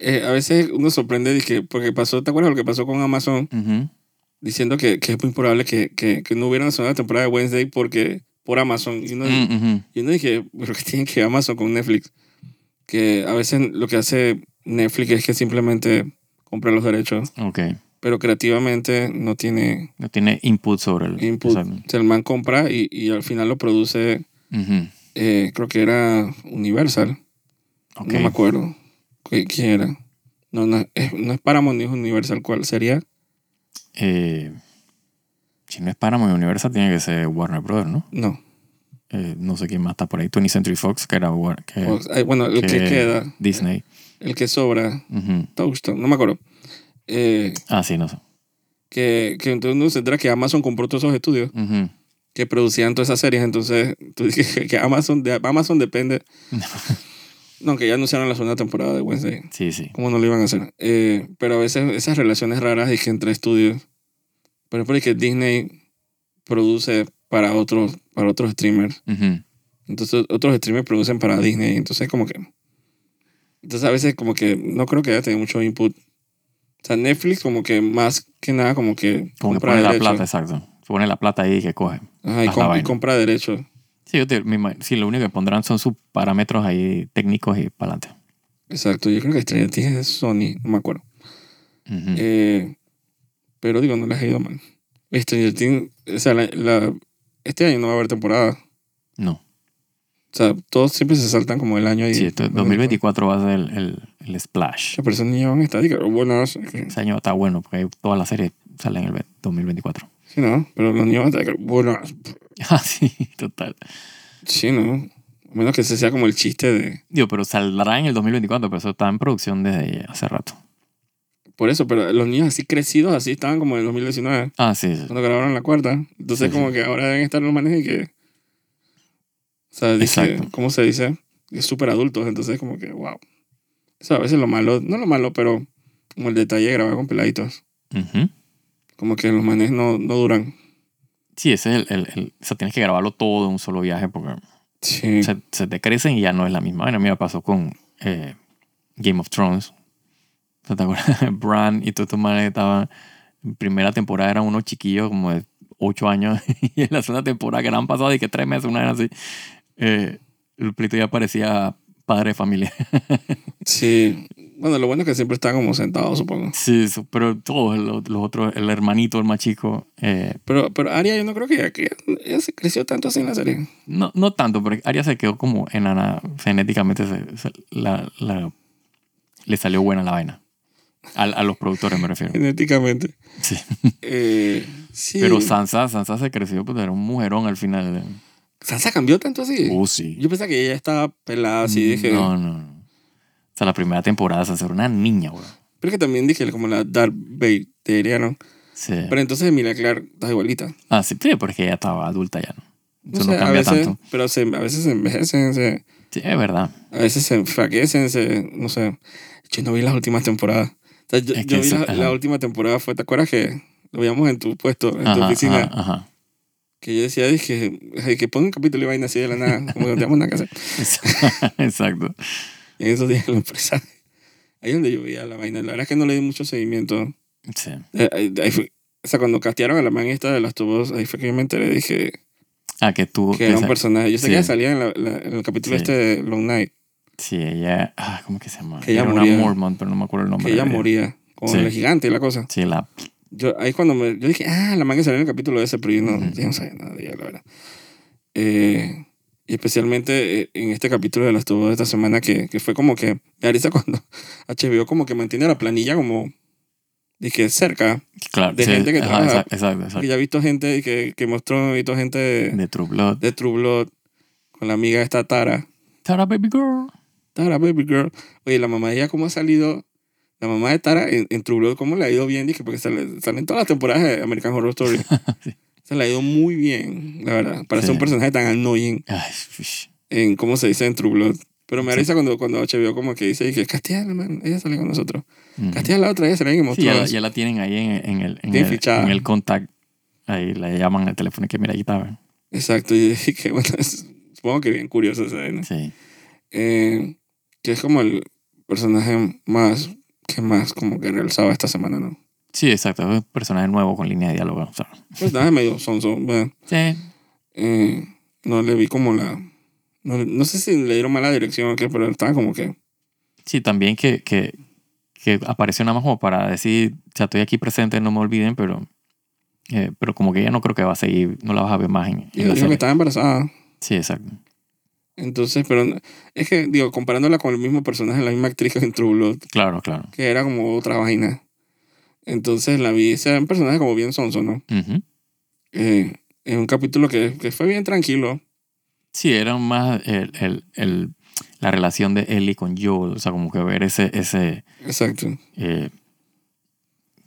[SPEAKER 1] Eh, a veces uno sorprende dije, porque pasó, ¿te acuerdas lo que pasó con Amazon?
[SPEAKER 2] ujú.
[SPEAKER 1] Diciendo que, que es muy probable que, que, que no hubiera una segunda temporada de Wednesday porque por Amazon. Y uno,
[SPEAKER 2] Mm, ujú.
[SPEAKER 1] y uno dije, pero que tiene que ver Amazon con Netflix. Que a veces lo que hace Netflix es que simplemente compra los derechos,
[SPEAKER 2] Ok.
[SPEAKER 1] pero creativamente no tiene
[SPEAKER 2] No tiene input sobre el...
[SPEAKER 1] input.
[SPEAKER 2] exacto.
[SPEAKER 1] O sea, el man compra y, y al final lo produce,
[SPEAKER 2] Ujú.
[SPEAKER 1] eh, creo que era Universal,
[SPEAKER 2] Ok.
[SPEAKER 1] no me acuerdo qué- quién era. No, no, es, no es Paramount ni es Universal, ¿cuál sería?
[SPEAKER 2] Eh, si no es Paramount Universal, tiene que ser Warner Bros., ¿no?
[SPEAKER 1] No.
[SPEAKER 2] Eh, no sé quién más está por ahí. 20th Century Fox, que era War- que-
[SPEAKER 1] O sea, bueno, el que
[SPEAKER 2] Eh, que-
[SPEAKER 1] queda,
[SPEAKER 2] Disney.
[SPEAKER 1] el que sobra,
[SPEAKER 2] Ujú.
[SPEAKER 1] Touchstone, no me acuerdo. Eh,
[SPEAKER 2] Ah, sí, no sé.
[SPEAKER 1] que, que entonces uno se entera que Amazon compró todos esos estudios
[SPEAKER 2] Ujú.
[SPEAKER 1] que producían todas esas series. Entonces, tú dices que, que Amazon, de, Amazon depende. No, que ya anunciaron la segunda temporada de Wednesday.
[SPEAKER 2] Sí, sí.
[SPEAKER 1] ¿Cómo no lo iban a hacer? Eh, pero a veces esas relaciones raras y que entre estudios. Por ejemplo, es que Disney produce para otros, para otros streamers.
[SPEAKER 2] Ujú.
[SPEAKER 1] Entonces, otros streamers producen para Disney. Entonces, como que. Entonces, a veces, como que no creo que haya tenido mucho input. O sea, Netflix, como que más que nada, como que.
[SPEAKER 2] Como que
[SPEAKER 1] compra
[SPEAKER 2] pone la
[SPEAKER 1] derechos.
[SPEAKER 2] plata, exacto. Pone la plata ahí que coge.
[SPEAKER 1] Ajá, y,
[SPEAKER 2] haz la
[SPEAKER 1] com- y
[SPEAKER 2] vaina.
[SPEAKER 1] compra derechos.
[SPEAKER 2] Sí, yo te, me imag- sí, lo único que pondrán son sus parámetros ahí técnicos y para adelante.
[SPEAKER 1] Exacto. Yo creo que Stranger Things es Sony, no me acuerdo. Eh, pero digo, no les ha ido mal. Stranger Things, o sea, la- la- este año no va a haber temporada.
[SPEAKER 2] no.
[SPEAKER 1] O sea, todos siempre se saltan como el año. Y,
[SPEAKER 2] Sí, esto- 2024 va a ser el, el, el splash.
[SPEAKER 1] La persona ni llevan esta, diga, bueno, no sé, oh, que-
[SPEAKER 2] Ese año está bueno porque ahí todas las series salen en el ve- 2024.
[SPEAKER 1] sí, no, pero los niños van a estar, oh, bueno,
[SPEAKER 2] Ah, sí, total.
[SPEAKER 1] sí, no. A menos que ese sea como el chiste de...
[SPEAKER 2] Digo, pero saldrá en el 2024, pero eso está en producción desde hace rato.
[SPEAKER 1] Por eso, pero los niños así crecidos, así estaban como en el 2019,
[SPEAKER 2] Ah, sí. sí.
[SPEAKER 1] cuando grabaron la cuarta. Entonces
[SPEAKER 2] Sí,
[SPEAKER 1] como
[SPEAKER 2] sí.
[SPEAKER 1] que ahora deben estar los manes y que... O sea, dije,
[SPEAKER 2] Exacto.
[SPEAKER 1] ¿cómo se dice? Es súper adultos, entonces como que, wow. Eso a veces lo malo, no lo malo, pero como el detalle de grabar con peladitos.
[SPEAKER 2] Ujú.
[SPEAKER 1] Como que los manes no, no duran.
[SPEAKER 2] Sí, ese es el, el- el- O sea, tienes que grabarlo todo en un solo viaje porque
[SPEAKER 1] Sí.
[SPEAKER 2] se, se te crecen y ya no es la misma. Bueno, mira, pasó con eh, Game of Thrones. O sea, ¿Te acuerdas? Bran y todos estos manes estaban. En primera temporada eran unos chiquillos como de 8 años y en la segunda temporada que eran pasados y que 3 meses, una era así. Eh, el plito ya parecía padre de familia.
[SPEAKER 1] Sí. Bueno, lo bueno es que siempre están como sentados, supongo.
[SPEAKER 2] Sí, eso, pero todos los, los otros, el hermanito, el más chico, eh,
[SPEAKER 1] Pero, pero Aria yo no creo que ella, que ella- ella se creció tanto así en la serie.
[SPEAKER 2] No, no tanto, pero Aria se quedó como enana. Genéticamente se- se- la- la- le salió buena la vaina. A, a los productores me refiero.
[SPEAKER 1] Genéticamente.
[SPEAKER 2] Sí.
[SPEAKER 1] Eh, sí.
[SPEAKER 2] Pero Sansa, Sansa se creció, pues era un mujerón al final.
[SPEAKER 1] Sansa cambió tanto así.
[SPEAKER 2] Oh, sí.
[SPEAKER 1] Yo pensaba que ella estaba pelada así. Dije,
[SPEAKER 2] Mm, No, no, no. O sea, la primera temporada Sansa era una niña, güey.
[SPEAKER 1] Pero que también dije como la Darth Vader, ¿no?
[SPEAKER 2] Sí.
[SPEAKER 1] Pero entonces Emilia Clark está igualita.
[SPEAKER 2] Ah, sí, sí, porque ella estaba adulta ya, ¿no?
[SPEAKER 1] No
[SPEAKER 2] Eso
[SPEAKER 1] sé,
[SPEAKER 2] no
[SPEAKER 1] a
[SPEAKER 2] cambia
[SPEAKER 1] veces,
[SPEAKER 2] tanto.
[SPEAKER 1] pero se- a veces se envejecen, se-
[SPEAKER 2] Sí, es verdad.
[SPEAKER 1] a veces se enfraquecen, se, no sé. Yo no vi las últimas temporadas. O sea, yo,
[SPEAKER 2] Es
[SPEAKER 1] yo
[SPEAKER 2] que
[SPEAKER 1] vi
[SPEAKER 2] eso-
[SPEAKER 1] la,
[SPEAKER 2] ajá.
[SPEAKER 1] la última temporada, fue, ¿te acuerdas que lo veíamos en tu puesto, en tu
[SPEAKER 2] Ajá,
[SPEAKER 1] oficina?
[SPEAKER 2] ajá, ajá.
[SPEAKER 1] Que yo decía, dije, ay, que ponga un capítulo y vaina así de la nada, como que no tenemos nada que hacer.
[SPEAKER 2] Exacto.
[SPEAKER 1] Y en esos días en la empresa, ahí es donde yo veía la vaina. La verdad es que no le di mucho seguimiento.
[SPEAKER 2] Sí.
[SPEAKER 1] Eh, ahí- ahí fue- o sea, cuando castearon a la man esta de las tubos, ahí fue que yo me enteré, dije,
[SPEAKER 2] Ah, que tú.
[SPEAKER 1] que era un
[SPEAKER 2] esa-
[SPEAKER 1] personaje. Yo sé
[SPEAKER 2] sí.
[SPEAKER 1] que ella salía en, la- la- en el capítulo
[SPEAKER 2] Sí.
[SPEAKER 1] este de Long Night,
[SPEAKER 2] Sí, ella. Ah, ¿Cómo que se llama?
[SPEAKER 1] Que ella
[SPEAKER 2] Era
[SPEAKER 1] moría.
[SPEAKER 2] una Mormon, pero no me acuerdo el nombre.
[SPEAKER 1] que ella
[SPEAKER 2] de
[SPEAKER 1] moría con
[SPEAKER 2] Sí.
[SPEAKER 1] el gigante y la cosa.
[SPEAKER 2] Sí, la.
[SPEAKER 1] Yo, ahí cuando me, yo dije, ah, la man que salió en el capítulo ese, pero yo no,
[SPEAKER 2] Ujú.
[SPEAKER 1] yo no sabía nada de ella, la verdad. Eh, Y especialmente eh, en este capítulo de las tuvo esta semana, que, que fue como que. Me avisa cuando HBO como que mantiene la planilla como. Dije, cerca.
[SPEAKER 2] Claro,
[SPEAKER 1] de gente que
[SPEAKER 2] ajá,
[SPEAKER 1] trabaja.
[SPEAKER 2] exacto, exacto, exacto.
[SPEAKER 1] Y ya he visto gente que, que mostró, he visto gente de,
[SPEAKER 2] De True Blood.
[SPEAKER 1] de True Blood con la amiga esta Tara.
[SPEAKER 2] Tara Baby Girl.
[SPEAKER 1] Tara, baby girl. Oye, la mamá de ella, ¿cómo ha salido? La mamá de Tara en, en True Blood, ¿cómo le ha ido bien? Dije, porque sale- salen todas las temporadas de American Horror Story.
[SPEAKER 2] Sí.
[SPEAKER 1] Se le ha ido muy bien, la verdad. Para ser
[SPEAKER 2] Sí.
[SPEAKER 1] un personaje tan annoying
[SPEAKER 2] Ay, fish.
[SPEAKER 1] en cómo se dice en True Blood. Pero me da
[SPEAKER 2] Sí.
[SPEAKER 1] risa cuando, cuando HBO como que dice, dije, Castiel, man, ella sale con nosotros.
[SPEAKER 2] Mm.
[SPEAKER 1] Castiel, la otra, ella sale en
[SPEAKER 2] Sí, ya, la-
[SPEAKER 1] Monstruos.
[SPEAKER 2] ya la tienen ahí en, en el, en
[SPEAKER 1] Tiene
[SPEAKER 2] el,
[SPEAKER 1] fichada.
[SPEAKER 2] en el contact. Ahí la llaman al teléfono y que mira, ahí está.
[SPEAKER 1] Exacto. Y dije, bueno, es- supongo que bien curioso esa vaina.
[SPEAKER 2] Sí.
[SPEAKER 1] Eh, que es como el personaje más, que más como que realzaba esta semana, ¿no?
[SPEAKER 2] Sí, exacto. Es un personaje nuevo con línea de diálogo. o sea.
[SPEAKER 1] Personaje Pues medio sonso, bueno.
[SPEAKER 2] Sí.
[SPEAKER 1] eh, no le vi como la... No, no sé si le dieron mala dirección o qué, pero estaba como que...
[SPEAKER 2] Sí, también que, que, que apareció nada más como para decir, ya estoy aquí presente, no me olviden, pero, eh, pero como que ella no creo que va a seguir, no la vas a ver más en, en
[SPEAKER 1] y
[SPEAKER 2] la
[SPEAKER 1] dijo que
[SPEAKER 2] serie.
[SPEAKER 1] estaba embarazada.
[SPEAKER 2] Sí, exacto.
[SPEAKER 1] Entonces, pero no- es que, digo, comparándola con el mismo personaje, la misma actriz que en True Blood,
[SPEAKER 2] Claro, claro.
[SPEAKER 1] que era como otra vaina. Entonces la vi, ese era un personaje como bien sonso, ¿no?
[SPEAKER 2] Ujú.
[SPEAKER 1] Eh, es un capítulo que, que fue bien tranquilo.
[SPEAKER 2] Sí, era más el, el, el- la relación de Ellie con Joel, o sea, como que ver ese, ese
[SPEAKER 1] Exacto.
[SPEAKER 2] eh,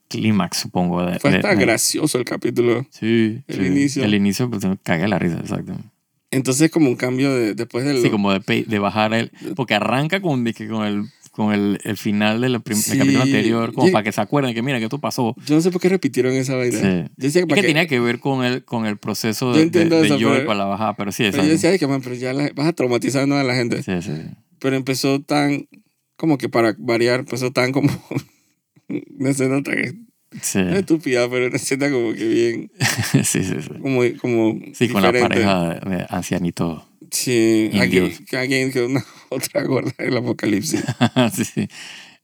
[SPEAKER 2] clímax, supongo. De,
[SPEAKER 1] Fue
[SPEAKER 2] de-
[SPEAKER 1] hasta
[SPEAKER 2] de-
[SPEAKER 1] gracioso el capítulo.
[SPEAKER 2] Sí,
[SPEAKER 1] el
[SPEAKER 2] sí.
[SPEAKER 1] inicio.
[SPEAKER 2] El inicio, pues me cagué la risa, exacto.
[SPEAKER 1] Entonces como un cambio de, después del...
[SPEAKER 2] Sí, como de, pe- de bajar el. Porque arranca con, dizque con el con el, el final del, prim-
[SPEAKER 1] Sí.
[SPEAKER 2] del capítulo anterior, como
[SPEAKER 1] Sí.
[SPEAKER 2] para que se acuerden que mira que esto pasó.
[SPEAKER 1] Yo no sé por qué repitieron esa vaina.
[SPEAKER 2] Sí.
[SPEAKER 1] Yo decía,
[SPEAKER 2] Es
[SPEAKER 1] ¿para
[SPEAKER 2] que
[SPEAKER 1] qué?
[SPEAKER 2] tenía que ver con el, con el proceso
[SPEAKER 1] Yo
[SPEAKER 2] de, de,
[SPEAKER 1] entiendo
[SPEAKER 2] de
[SPEAKER 1] eso,
[SPEAKER 2] Joel
[SPEAKER 1] pero-
[SPEAKER 2] para la bajada, pero sí,
[SPEAKER 1] Pero yo
[SPEAKER 2] exacto.
[SPEAKER 1] decía, "Ay, que man, pero ya la- vas a traumatizar ¿no? a la gente.
[SPEAKER 2] Sí, sí, sí.
[SPEAKER 1] pero empezó tan, como que para variar, empezó tan como, una escena tan
[SPEAKER 2] Sí,
[SPEAKER 1] no estúpida, pero una escena como que bien,
[SPEAKER 2] sí, sí. sí.
[SPEAKER 1] como, como
[SPEAKER 2] Sí, con la
[SPEAKER 1] diferente.
[SPEAKER 2] pareja de, de ancianito.
[SPEAKER 1] Sí, alguien,
[SPEAKER 2] Indios.
[SPEAKER 1] que alguien que una otra gorda del apocalipsis.
[SPEAKER 2] sí, sí.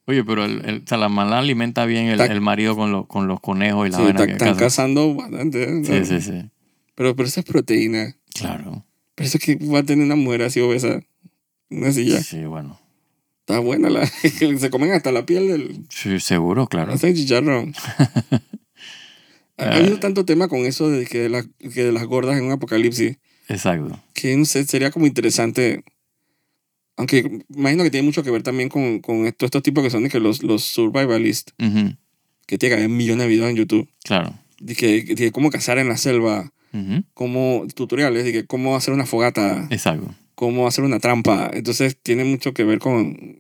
[SPEAKER 2] Oye, pero el, el, o sea, la mala alimenta bien el,
[SPEAKER 1] Tac.
[SPEAKER 2] el marido con, los con los conejos y la
[SPEAKER 1] Sí,
[SPEAKER 2] vaina
[SPEAKER 1] ta-
[SPEAKER 2] que
[SPEAKER 1] están
[SPEAKER 2] caza.
[SPEAKER 1] cazando bastante. ¿no?
[SPEAKER 2] Sí, sí, sí.
[SPEAKER 1] Pero, pero esa es proteína.
[SPEAKER 2] Claro.
[SPEAKER 1] Pero eso es que va a tener una mujer así obesa. Una silla.
[SPEAKER 2] Sí, bueno.
[SPEAKER 1] Está buena la... Se comen hasta la piel del...
[SPEAKER 2] Sí, seguro, claro.
[SPEAKER 1] Hacen chicharrón. ha ha habido tanto tema con eso de que, la- que de las gordas en un apocalipsis.
[SPEAKER 2] Exacto.
[SPEAKER 1] que no sé, sería como interesante. Aunque imagino que tiene mucho que ver también con, con esto- estos tipos que son de que los, los survivalists,
[SPEAKER 2] Ujú,
[SPEAKER 1] que tienen que haber millones de videos en YouTube,
[SPEAKER 2] Claro.
[SPEAKER 1] de, que, de cómo cazar en la selva,
[SPEAKER 2] Ujú,
[SPEAKER 1] cómo, tutoriales, de que cómo hacer una fogata,
[SPEAKER 2] Exacto.
[SPEAKER 1] cómo hacer una trampa. Entonces tiene mucho que ver con,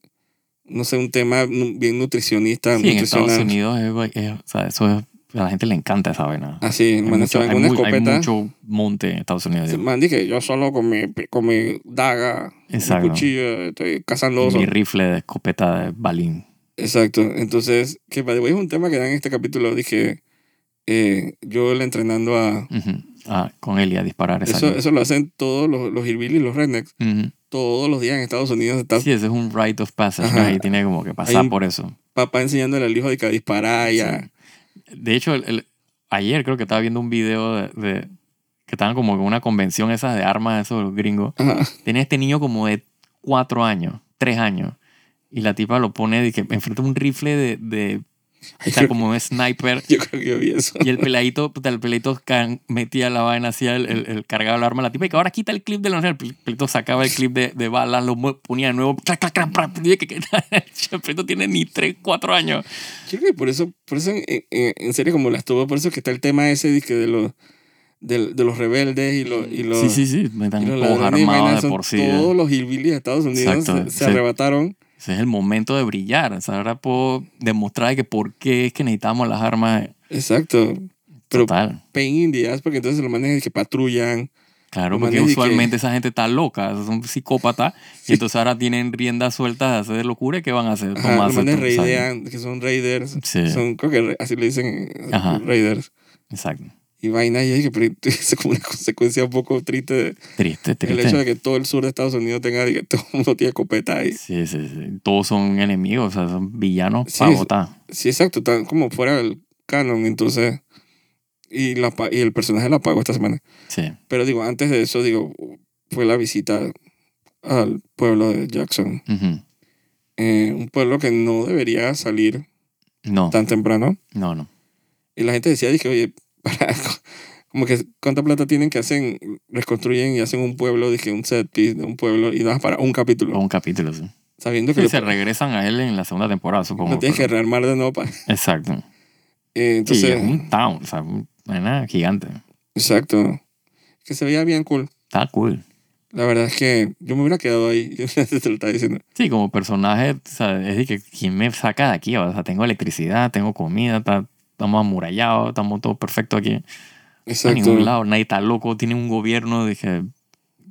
[SPEAKER 1] no sé, un tema nu- bien nutricionista,
[SPEAKER 2] Sí, en Estados
[SPEAKER 1] nutricional.
[SPEAKER 2] Unidos es- es- o sea, eso es- a la gente le encanta esa vaina.
[SPEAKER 1] Así,
[SPEAKER 2] Hay
[SPEAKER 1] man,
[SPEAKER 2] mucho,
[SPEAKER 1] se van
[SPEAKER 2] hay
[SPEAKER 1] con una
[SPEAKER 2] mu- hay
[SPEAKER 1] escopeta.
[SPEAKER 2] mucho monte en Estados Unidos. digo.
[SPEAKER 1] Man, dije, yo solo con mi, con mi daga, mi
[SPEAKER 2] Exacto.
[SPEAKER 1] cuchillo, estoy
[SPEAKER 2] Y
[SPEAKER 1] cazando osos.
[SPEAKER 2] mi rifle de escopeta de balín.
[SPEAKER 1] Exacto. Entonces, que by the way, es un tema que dan en este capítulo. Dije, eh, yo le entrenando a.
[SPEAKER 2] Ujú. Ah, con él y a disparar.
[SPEAKER 1] Eso,
[SPEAKER 2] Exacto.
[SPEAKER 1] eso lo hacen todos los, los hillbillies, los rednecks.
[SPEAKER 2] Ujú.
[SPEAKER 1] Todos los días en Estados Unidos está
[SPEAKER 2] Sí, ese es un rite of passage. ¿no?
[SPEAKER 1] Ajá.
[SPEAKER 2] Ahí tiene como que pasar
[SPEAKER 1] Hay un-
[SPEAKER 2] por eso.
[SPEAKER 1] papá enseñándole al hijo de que a disparar y a-
[SPEAKER 2] De hecho, el- el- ayer creo que estaba viendo un video de, de- que estaban como en una convención esas de armas, esos de los gringos.
[SPEAKER 1] Ajá.
[SPEAKER 2] Tenía este niño como de cuatro años, tres años. Y la tipa lo pone de que enfrente un rifle de, de
[SPEAKER 1] Ay,
[SPEAKER 2] o sea,
[SPEAKER 1] creo-
[SPEAKER 2] como un sniper.
[SPEAKER 1] Yo creo que yo vi eso.
[SPEAKER 2] Y el peladito, puta, el peladito can- metía la vaina, hacía el, el, el cargado el arma a la tipa. Y que ahora quita el clip de la El pel- peladito sacaba el clip de, de balas, lo mue- ponía de nuevo. clac, clac, clac, clac, y que- que- el peladito tiene ni tres, cuatro años.
[SPEAKER 1] Yo creo que por eso, por eso en, en- en serio, como las tuvo, por eso que está el tema ese dizque, de los, de, de los rebeldes y los. Y los
[SPEAKER 2] sí, sí, sí. Me
[SPEAKER 1] y
[SPEAKER 2] dan
[SPEAKER 1] los
[SPEAKER 2] todos
[SPEAKER 1] ladrones y
[SPEAKER 2] armados
[SPEAKER 1] vainas,
[SPEAKER 2] de
[SPEAKER 1] son
[SPEAKER 2] por sí. eh.
[SPEAKER 1] Todos los hillbillies de Estados Unidos
[SPEAKER 2] Exacto,
[SPEAKER 1] se, se
[SPEAKER 2] sí.
[SPEAKER 1] arrebataron.
[SPEAKER 2] Ese es el momento de brillar. O sea, ahora puedo demostrar que por qué es que necesitamos las armas. eh,
[SPEAKER 1] Exacto. Pero
[SPEAKER 2] Total.
[SPEAKER 1] pain in the ass, porque entonces los manes que patrullan.
[SPEAKER 2] Claro,
[SPEAKER 1] Lo
[SPEAKER 2] porque
[SPEAKER 1] mandas y que-
[SPEAKER 2] usualmente esa gente está loca, son psicópatas, y entonces ahora tienen riendas sueltas de hacer locura, ¿qué van a hacer?
[SPEAKER 1] Ajá, los
[SPEAKER 2] Tomarse
[SPEAKER 1] manes
[SPEAKER 2] tu- o sea,
[SPEAKER 1] raidean, que son raiders.
[SPEAKER 2] Sí.
[SPEAKER 1] Son, creo que así le dicen eh,
[SPEAKER 2] Ajá.
[SPEAKER 1] raiders.
[SPEAKER 2] Exacto.
[SPEAKER 1] Y vaina, y yo dije, pero es como una consecuencia un poco triste. de-
[SPEAKER 2] Triste,
[SPEAKER 1] El hecho de
[SPEAKER 2] triste.
[SPEAKER 1] que todo el sur de Estados Unidos tenga, que todo el mundo tiene escopeta ahí.
[SPEAKER 2] Sí, sí, sí. Todos son enemigos, o sea, son villanos
[SPEAKER 1] Sí,
[SPEAKER 2] para
[SPEAKER 1] es-
[SPEAKER 2] votar.
[SPEAKER 1] Sí, exacto, tan como fuera del canon, entonces. Y, la, pa- y el personaje la apagó esta semana.
[SPEAKER 2] Sí.
[SPEAKER 1] Pero digo, antes de eso, digo, fue la visita al pueblo de Jackson.
[SPEAKER 2] Ujú.
[SPEAKER 1] Eh, un pueblo que no debería salir
[SPEAKER 2] No,
[SPEAKER 1] tan temprano.
[SPEAKER 2] no, no.
[SPEAKER 1] Y la gente decía, dije, oye, para, como que cuánta plata tienen que hacen, reconstruyen y hacen un pueblo, dije, un set piece de un pueblo y nada más para un
[SPEAKER 2] O
[SPEAKER 1] capítulo.
[SPEAKER 2] un capítulo, Oh, sí.
[SPEAKER 1] Sabiendo que
[SPEAKER 2] Y
[SPEAKER 1] lo-
[SPEAKER 2] se regresan a él en la segunda temporada, supongo.
[SPEAKER 1] no tienes que
[SPEAKER 2] pero-
[SPEAKER 1] rearmar de nuevo. para-
[SPEAKER 2] Exacto.
[SPEAKER 1] Eh, entonces,
[SPEAKER 2] y es un town, o sea, un- una gigante.
[SPEAKER 1] exacto. Que se veía bien cool.
[SPEAKER 2] Está cool.
[SPEAKER 1] La verdad es que yo me hubiera quedado ahí. Yo te lo estaba diciendo.
[SPEAKER 2] Sí, como personaje, o sea, es de que ¿quién me saca de aquí? O sea, tengo electricidad, tengo comida, está- estamos amurallados, estamos todo perfecto aquí. A
[SPEAKER 1] Exacto.
[SPEAKER 2] ningún lado, nadie está loco, tiene un gobierno dije, o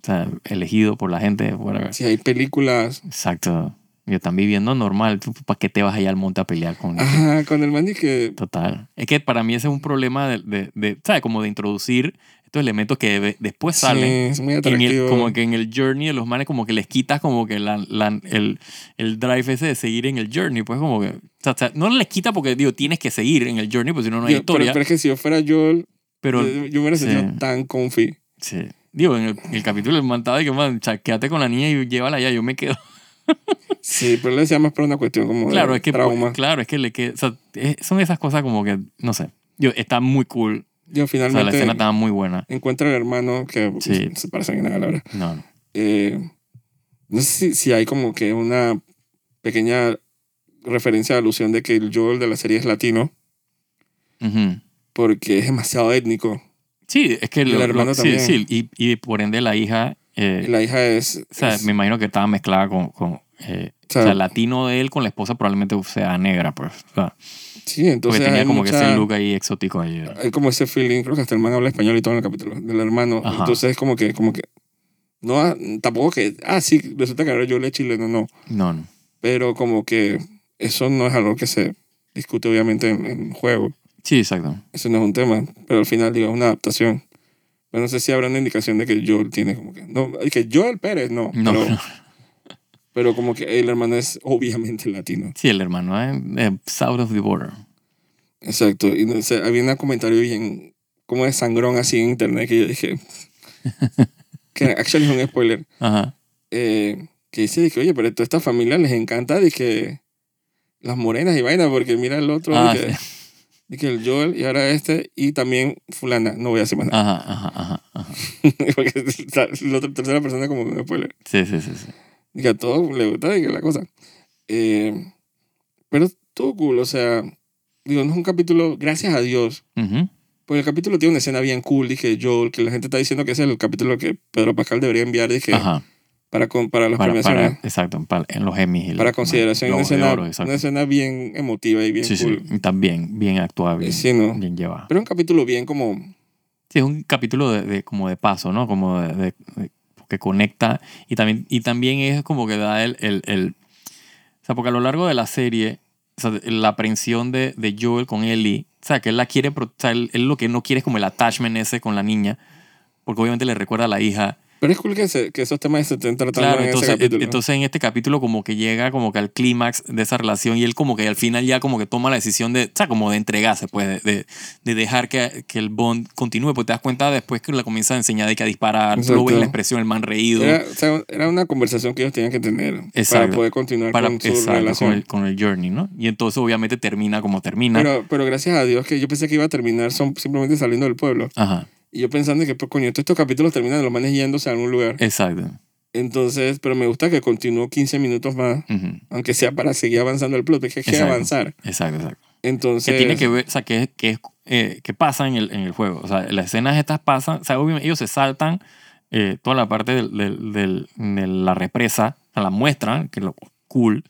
[SPEAKER 2] sea, elegido por la gente. whatever.
[SPEAKER 1] Si hay películas.
[SPEAKER 2] Exacto. Y están viviendo normal. ¿Tú para qué te vas allá al monte a pelear con
[SPEAKER 1] Ajá, con el man que
[SPEAKER 2] Total. Es que para mí ese es un problema de, de, de, ¿sabes? Como de introducir estos elementos que de- después
[SPEAKER 1] sí,
[SPEAKER 2] salen.
[SPEAKER 1] es muy
[SPEAKER 2] En el-
[SPEAKER 1] atractivo.
[SPEAKER 2] como que en el journey de los manes, como que les quitas como que la, la- el, el drive ese de seguir en el journey, pues como que... O sea, o sea, no les quita porque, digo, tienes que seguir en el journey, pues si no, no hay
[SPEAKER 1] Yo- pero,
[SPEAKER 2] historia.
[SPEAKER 1] pero es que si yo fuera Joel,
[SPEAKER 2] Pero,
[SPEAKER 1] yo, yo me hubiera
[SPEAKER 2] sí.
[SPEAKER 1] sentido tan comfy.
[SPEAKER 2] sí. Digo, en el, en el capítulo del mantado, que, man, cha- quédate con la niña y llévala allá, yo me quedo.
[SPEAKER 1] Sí, pero le decía más por una cuestión como
[SPEAKER 2] Claro,
[SPEAKER 1] de
[SPEAKER 2] es que, pues,
[SPEAKER 1] trauma.
[SPEAKER 2] claro, es que le queda... O sea, es- son esas cosas como que, no sé. Digo, está muy cool.
[SPEAKER 1] Yo
[SPEAKER 2] O sea, la
[SPEAKER 1] finalmente
[SPEAKER 2] escena estaba muy buena.
[SPEAKER 1] encuentro al hermano que
[SPEAKER 2] Sí.
[SPEAKER 1] se parece en nada, la verdad.
[SPEAKER 2] No, no.
[SPEAKER 1] Eh, no sé si, si hay como que una pequeña referencia, alusión de que el Joel de la serie es latino
[SPEAKER 2] Ujú.
[SPEAKER 1] porque es demasiado étnico.
[SPEAKER 2] Sí, es que...
[SPEAKER 1] el hermano
[SPEAKER 2] sí,
[SPEAKER 1] también.
[SPEAKER 2] sí, y, y por ende la hija... eh,
[SPEAKER 1] Y la hija es...
[SPEAKER 2] O sea,
[SPEAKER 1] es-
[SPEAKER 2] me imagino que estaba mezclada con... con, eh,
[SPEAKER 1] o sea,
[SPEAKER 2] o sea, el latino de él con la esposa probablemente sea negra, pues. O sea,
[SPEAKER 1] sí,
[SPEAKER 2] porque
[SPEAKER 1] entonces
[SPEAKER 2] tenía
[SPEAKER 1] hay
[SPEAKER 2] como que
[SPEAKER 1] mucha-
[SPEAKER 2] ese look ahí exótico ahí.
[SPEAKER 1] hay como ese feeling, creo que hasta el man habla español y todo en el capítulo del hermano.
[SPEAKER 2] Ajá.
[SPEAKER 1] Entonces es como que, como que, no, ah, tampoco que, ah, sí, resulta que ahora yo le chileno, no.
[SPEAKER 2] No, no.
[SPEAKER 1] Pero como que eso no es algo que se discute obviamente en, en juego.
[SPEAKER 2] Sí, exacto.
[SPEAKER 1] Eso no es un tema, pero al final digo, es una adaptación. Pero no sé si habrá una indicación de que Joel tiene como que, no, es que Joel Pérez, no.
[SPEAKER 2] No,
[SPEAKER 1] Pero,
[SPEAKER 2] no.
[SPEAKER 1] pero como que el hermano es obviamente latino.
[SPEAKER 2] Sí, el hermano es eh, South of the Border.
[SPEAKER 1] Exacto. Y no sé, había un comentario bien como de sangrón así en internet que yo dije, que actually es un spoiler.
[SPEAKER 2] Ajá.
[SPEAKER 1] eh, que dice, dije, oye, pero a toda esta familia les encanta, dije, las morenas y vaina, porque mira el otro,
[SPEAKER 2] Ah,
[SPEAKER 1] dije, dije, el Joel y ahora este, y también fulana, no voy a hacer más nada.
[SPEAKER 2] Ajá, ajá, ajá, ajá.
[SPEAKER 1] porque la, la otra- tercera persona como que me spoiler.
[SPEAKER 2] Sí, sí, sí. sí.
[SPEAKER 1] Dije, a todos les gusta, dije, la cosa. Eh, pero todo cool, o sea, digo, no es un capítulo, gracias a Dios,
[SPEAKER 2] Ujú.
[SPEAKER 1] porque el capítulo tiene una escena bien cool, dije, Joel, que la gente está diciendo que ese es el capítulo que Pedro Pascal debería enviar, dije,
[SPEAKER 2] Ajá.
[SPEAKER 1] para, con- para las
[SPEAKER 2] Para, para,
[SPEAKER 1] premiaciones.
[SPEAKER 2] exacto, para- en los Emmys. y
[SPEAKER 1] para
[SPEAKER 2] los-
[SPEAKER 1] consideración una
[SPEAKER 2] Globos de
[SPEAKER 1] escena,
[SPEAKER 2] Oro,
[SPEAKER 1] una
[SPEAKER 2] exacto.
[SPEAKER 1] escena bien emotiva y bien
[SPEAKER 2] Sí,
[SPEAKER 1] cool.
[SPEAKER 2] sí. También, bien actuado, bien,
[SPEAKER 1] Sí, ¿no?
[SPEAKER 2] bien llevado.
[SPEAKER 1] Pero un capítulo bien como...
[SPEAKER 2] Sí, es un capítulo de, de- como de paso, ¿no? Como de, de- de- que conecta y también, y también es como que da el, el, el- O sea, porque a lo largo de la serie, o sea, la aprensión de, de Joel con Ellie, o sea, que él la quiere, pro- o sea, él, él lo que no quiere es como el attachment ese con la niña, porque obviamente le recuerda a la hija.
[SPEAKER 1] Pero es cool que, se- que esos temas se estén tratando
[SPEAKER 2] Claro,
[SPEAKER 1] en
[SPEAKER 2] entonces
[SPEAKER 1] ese
[SPEAKER 2] en,
[SPEAKER 1] capítulo.
[SPEAKER 2] entonces en este capítulo como que llega como que al clímax de esa relación y él como que al final ya como que toma la decisión de, o sea, como de entregarse, pues, de, de- de dejar que, que el Bond continúe, porque te das cuenta después que le comienza a enseñar de que a disparar, tú lo ves
[SPEAKER 1] Exacto. Eh,
[SPEAKER 2] la expresión, el man reído,
[SPEAKER 1] era, o sea, era una conversación que ellos tenían que tener para
[SPEAKER 2] Exacto.
[SPEAKER 1] poder continuar
[SPEAKER 2] para
[SPEAKER 1] con su
[SPEAKER 2] exacto,
[SPEAKER 1] relación.
[SPEAKER 2] con, el, con el journey, ¿no? Y entonces obviamente termina como termina.
[SPEAKER 1] Pero, pero gracias a Dios que yo pensé que iba a terminar son, simplemente saliendo del pueblo.
[SPEAKER 2] Ajá,
[SPEAKER 1] Y yo pensando que, pues, coño, todos estos capítulos terminan de los manes yéndose a algún lugar.
[SPEAKER 2] exacto.
[SPEAKER 1] Entonces, pero me gusta que continuó 15 minutos más,
[SPEAKER 2] Ujú,
[SPEAKER 1] aunque sea para seguir avanzando el plot, porque es que hay que
[SPEAKER 2] Exacto.
[SPEAKER 1] avanzar.
[SPEAKER 2] Exacto, exacto.
[SPEAKER 1] Entonces,
[SPEAKER 2] que tiene que ver, o sea, que, es- que, es, eh, que pasa en el, en el juego. O sea, las escenas estas pasan, o sea, obviamente ellos se saltan eh, toda la parte del- del- del- de la represa, o sea, la muestran, que es lo cool,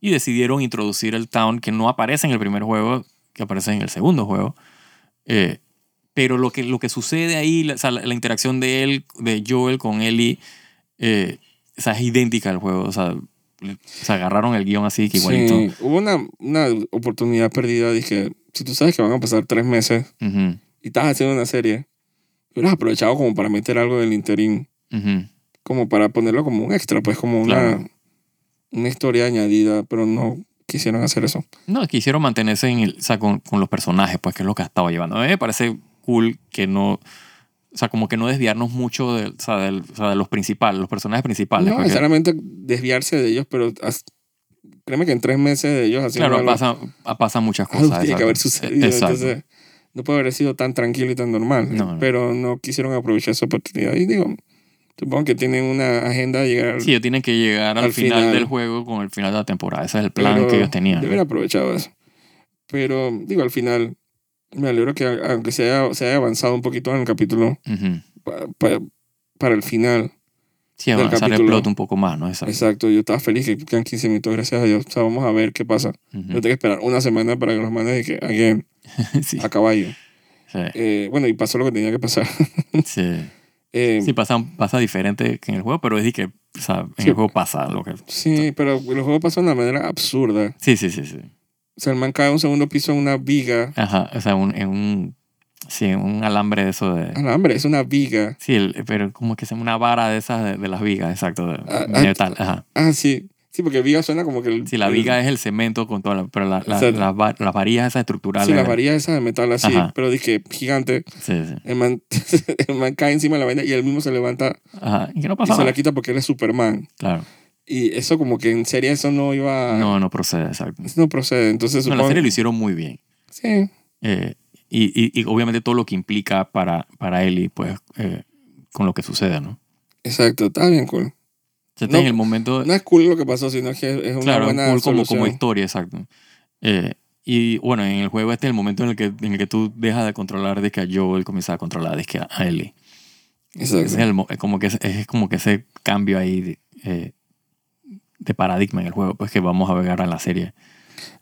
[SPEAKER 2] y decidieron introducir el town que no aparece en el primer juego, que aparece en el segundo juego. Eh, pero lo que, lo que sucede ahí, la, o sea, la, la interacción de él, de Joel con Ellie, eh, o sea, es idéntica al juego. O sea, se agarraron el guión así que igualito.
[SPEAKER 1] Sí, hubo una, una oportunidad perdida. Dije, si tú sabes que van a pasar tres meses
[SPEAKER 2] Ujú,
[SPEAKER 1] y estás haciendo una serie, hubieras aprovechado como para meter algo del interín,
[SPEAKER 2] ujú.
[SPEAKER 1] como para ponerlo como un extra, pues como una,
[SPEAKER 2] Claro.
[SPEAKER 1] una historia añadida, pero no quisieron hacer eso.
[SPEAKER 2] No, quisieron mantenerse en el- o sea, con, con los personajes, pues, que es lo que ha estado llevando. A mí me parece cool que no. o sea, como que no desviarnos mucho de, o sea, del- o sea, de los principales, los personajes principales.
[SPEAKER 1] no
[SPEAKER 2] porque,
[SPEAKER 1] necesariamente desviarse de ellos, pero as- créeme que en tres meses de ellos haciendo
[SPEAKER 2] claro,
[SPEAKER 1] algo,
[SPEAKER 2] pasa- pasan muchas
[SPEAKER 1] algo
[SPEAKER 2] cosas.
[SPEAKER 1] tiene que
[SPEAKER 2] exacto. Eh,
[SPEAKER 1] haber sucedido.
[SPEAKER 2] Exacto.
[SPEAKER 1] Entonces, no puede haber sido tan tranquilo y tan normal.
[SPEAKER 2] No, no.
[SPEAKER 1] Pero no quisieron aprovechar esa oportunidad. Y digo, supongo que tienen una agenda de llegar.
[SPEAKER 2] Sí, ellos tienen que llegar al,
[SPEAKER 1] Al
[SPEAKER 2] final,
[SPEAKER 1] final.
[SPEAKER 2] del juego con el final de la temporada. Ese es el plan
[SPEAKER 1] pero
[SPEAKER 2] que ellos tenían.
[SPEAKER 1] Deben haber aprovechado eso. Pero digo, al final, me alegro que a- aunque se haya, se haya avanzado un poquito en el capítulo,
[SPEAKER 2] Ujú.
[SPEAKER 1] pa- pa- para el final.
[SPEAKER 2] Sí,
[SPEAKER 1] del
[SPEAKER 2] avanzar el
[SPEAKER 1] capítulo.
[SPEAKER 2] plot un poco más, ¿no? Exacto.
[SPEAKER 1] Exacto, yo estaba feliz que quedan 15 minutos, gracias a Dios. O sea, vamos a ver qué pasa.
[SPEAKER 2] Ujú.
[SPEAKER 1] Yo tengo que esperar una semana para que los mandes y que alguien
[SPEAKER 2] sí,
[SPEAKER 1] a caballo.
[SPEAKER 2] sí,
[SPEAKER 1] Eh, bueno, y pasó lo que tenía que pasar.
[SPEAKER 2] sí.
[SPEAKER 1] Eh,
[SPEAKER 2] Sí, pasa, pasa diferente que en el juego, pero es de que, o sea, en
[SPEAKER 1] Sí.
[SPEAKER 2] el juego pasa lo que...
[SPEAKER 1] sí, pero el juego pasó de una manera absurda.
[SPEAKER 2] Sí, sí, sí, sí.
[SPEAKER 1] O sea, el man cae a un segundo piso en una viga.
[SPEAKER 2] Ajá, o sea, un, en un... Sí, en un alambre de eso de...
[SPEAKER 1] Alambre, es una viga.
[SPEAKER 2] Sí, el- pero como que se llama una vara de esas de, de las vigas, exacto, de,
[SPEAKER 1] Ah,
[SPEAKER 2] de
[SPEAKER 1] ah,
[SPEAKER 2] metal. Ajá.
[SPEAKER 1] Ah, sí. Sí, porque viga suena como que... El,
[SPEAKER 2] Sí, la
[SPEAKER 1] el-
[SPEAKER 2] viga es el cemento con todas las... Pero la- la-
[SPEAKER 1] Exacto.
[SPEAKER 2] las va- las varillas esas estructurales.
[SPEAKER 1] Sí, las varillas esas de metal así,
[SPEAKER 2] Ajá.
[SPEAKER 1] pero dije, gigante.
[SPEAKER 2] Sí, sí.
[SPEAKER 1] El man, el man cae encima de la vaina y él mismo se levanta
[SPEAKER 2] Ajá. Y que no
[SPEAKER 1] y
[SPEAKER 2] pasa
[SPEAKER 1] se la
[SPEAKER 2] nada.
[SPEAKER 1] quita porque él es Superman.
[SPEAKER 2] Claro.
[SPEAKER 1] Y eso como que en serie eso no iba...
[SPEAKER 2] No, no procede, exacto.
[SPEAKER 1] Eso no procede. Entonces
[SPEAKER 2] No,
[SPEAKER 1] supongo...
[SPEAKER 2] la serie lo hicieron muy bien.
[SPEAKER 1] Sí.
[SPEAKER 2] Eh, y, y- y obviamente todo lo que implica para, para Ellie, pues, eh, con lo que sucede, ¿no?
[SPEAKER 1] Exacto, está bien cool.
[SPEAKER 2] O sea,
[SPEAKER 1] No,
[SPEAKER 2] en el momento,
[SPEAKER 1] No es cool lo que pasó, sino que es una
[SPEAKER 2] claro,
[SPEAKER 1] buena
[SPEAKER 2] cool como,
[SPEAKER 1] solución.
[SPEAKER 2] como historia, exacto. Eh, y bueno, en el juego este es el momento en el que, en el que tú dejas de controlar de que a Joel comienza a controlar de que a a Ellie.
[SPEAKER 1] Exacto.
[SPEAKER 2] Ese es, el mo- es como que, ese- es como que ese cambio ahí de, eh, de paradigma en el juego, pues que vamos a ver ahora en la serie.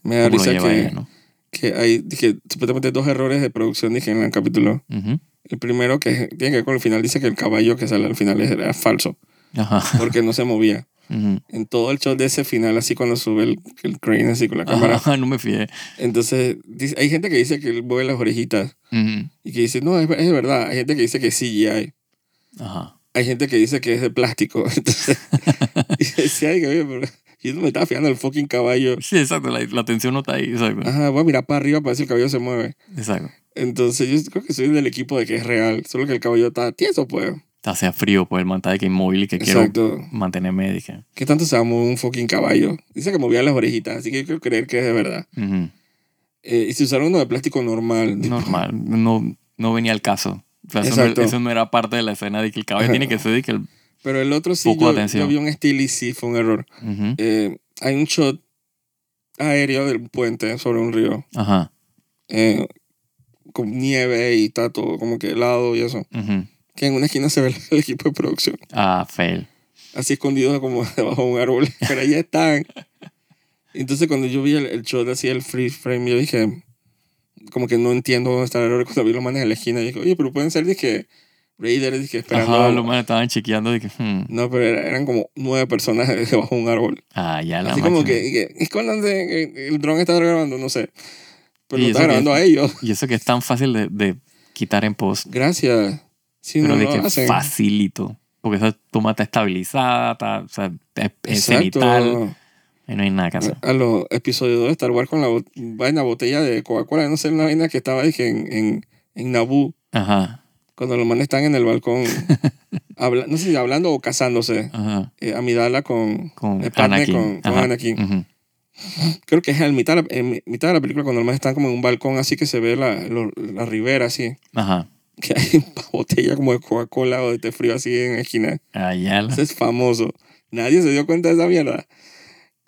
[SPEAKER 1] Me da
[SPEAKER 2] Cómo lo
[SPEAKER 1] risa
[SPEAKER 2] lleva
[SPEAKER 1] que,
[SPEAKER 2] ella, ¿no?
[SPEAKER 1] que hay dije, supuestamente dos errores de producción dije, en el capítulo.
[SPEAKER 2] Ujú.
[SPEAKER 1] El primero que tiene que ver con el final dice que el caballo que sale al final era falso
[SPEAKER 2] Ajá.
[SPEAKER 1] porque no se movía.
[SPEAKER 2] Ujú.
[SPEAKER 1] En todo el show de ese final, así cuando sube el, el crane así con la cámara.
[SPEAKER 2] Ajá, no me fié.
[SPEAKER 1] Entonces, dice- hay gente que dice que él mueve las orejitas
[SPEAKER 2] Ujú.
[SPEAKER 1] y que dice, no, es, es verdad. Hay gente que dice que es CGI.
[SPEAKER 2] Ajá.
[SPEAKER 1] Hay gente que dice que es de plástico. Entonces, y decía, "Ay, que oye, pero yo no me estaba fijando el fucking caballo.
[SPEAKER 2] Sí, exacto, la, la tensión no está ahí, exacto.
[SPEAKER 1] Ajá, voy a mirar para arriba para ver si el caballo se mueve.
[SPEAKER 2] Exacto.
[SPEAKER 1] Entonces yo creo que soy del equipo de que es real, solo que el caballo está tieso, pues.
[SPEAKER 2] hacia frío, pues el man está de que inmóvil y que quiero
[SPEAKER 1] Exacto.
[SPEAKER 2] mantenerme. Dije.
[SPEAKER 1] ¿Qué tanto se va a mover un fucking caballo? Dice que movía las orejitas, así que yo quiero creer que es de verdad.
[SPEAKER 2] Ujú.
[SPEAKER 1] Eh, y si usaron uno de plástico normal. tipo-
[SPEAKER 2] Normal, no, no venía al caso. O sea, eso, no,
[SPEAKER 1] Exacto.
[SPEAKER 2] eso no era parte de la escena de que el caballo
[SPEAKER 1] Ajá.
[SPEAKER 2] tiene que ser de que el...
[SPEAKER 1] Pero el otro sí,
[SPEAKER 2] Poco
[SPEAKER 1] yo,
[SPEAKER 2] atención.
[SPEAKER 1] yo vi un estilo y sí fue un error.
[SPEAKER 2] Ujú.
[SPEAKER 1] Eh, hay un shot aéreo del puente sobre un río,
[SPEAKER 2] Ajá.
[SPEAKER 1] eh, con nieve y está todo como que helado y eso.
[SPEAKER 2] ujú.
[SPEAKER 1] Que en una esquina se ve el equipo de producción,
[SPEAKER 2] Ah, fail.
[SPEAKER 1] así escondido como debajo de un árbol, pero ahí están. Entonces cuando yo vi el, el shot así, el free frame, yo dije, como que no entiendo dónde está el error. Cuando vi los manes en la esquina, dije, oye, pero pueden ser, dije, Raiders, dije, esperando.
[SPEAKER 2] Ajá, los manes estaban chequeando de que... hmm,
[SPEAKER 1] No, pero era- eran como nueve personas debajo de un árbol.
[SPEAKER 2] Ah, ya la
[SPEAKER 1] así como
[SPEAKER 2] máquina.
[SPEAKER 1] que, dije, ¿y cuándo se- el- el dron está grabando? No sé. Pero
[SPEAKER 2] Y
[SPEAKER 1] lo
[SPEAKER 2] eso
[SPEAKER 1] está grabando
[SPEAKER 2] que-
[SPEAKER 1] a ellos.
[SPEAKER 2] Y eso que es tan fácil de, de quitar en post,
[SPEAKER 1] Gracias. Sí,
[SPEAKER 2] pero
[SPEAKER 1] no
[SPEAKER 2] de
[SPEAKER 1] lo
[SPEAKER 2] que
[SPEAKER 1] hacen.
[SPEAKER 2] facilito. Porque esa toma está estabilizada, está, o sea, es- es cenital,
[SPEAKER 1] Exacto.
[SPEAKER 2] y no hay nada que hacer.
[SPEAKER 1] A, a los episodios de Star Wars con la bot- vaina botella de Coca-Cola, no sé, una vaina que estaba, dije, en, en, en Naboo.
[SPEAKER 2] Ajá,
[SPEAKER 1] cuando los manes están en el balcón, habla- no sé si hablando o casándose,
[SPEAKER 2] ajá.
[SPEAKER 1] eh, Amidala con,
[SPEAKER 2] Con
[SPEAKER 1] eh, Padme
[SPEAKER 2] Anakin.
[SPEAKER 1] con, con
[SPEAKER 2] Ajá,
[SPEAKER 1] Anakin.
[SPEAKER 2] ujú.
[SPEAKER 1] Creo que es en mitad, de la- en mitad de la película cuando los manes están como en un balcón así que se ve la, lo- la ribera así,
[SPEAKER 2] Ajá.
[SPEAKER 1] que hay una botella como de Coca-Cola o de té frío así en la esquina.
[SPEAKER 2] Ayala.
[SPEAKER 1] Eso es famoso. Nadie se dio cuenta de esa mierda.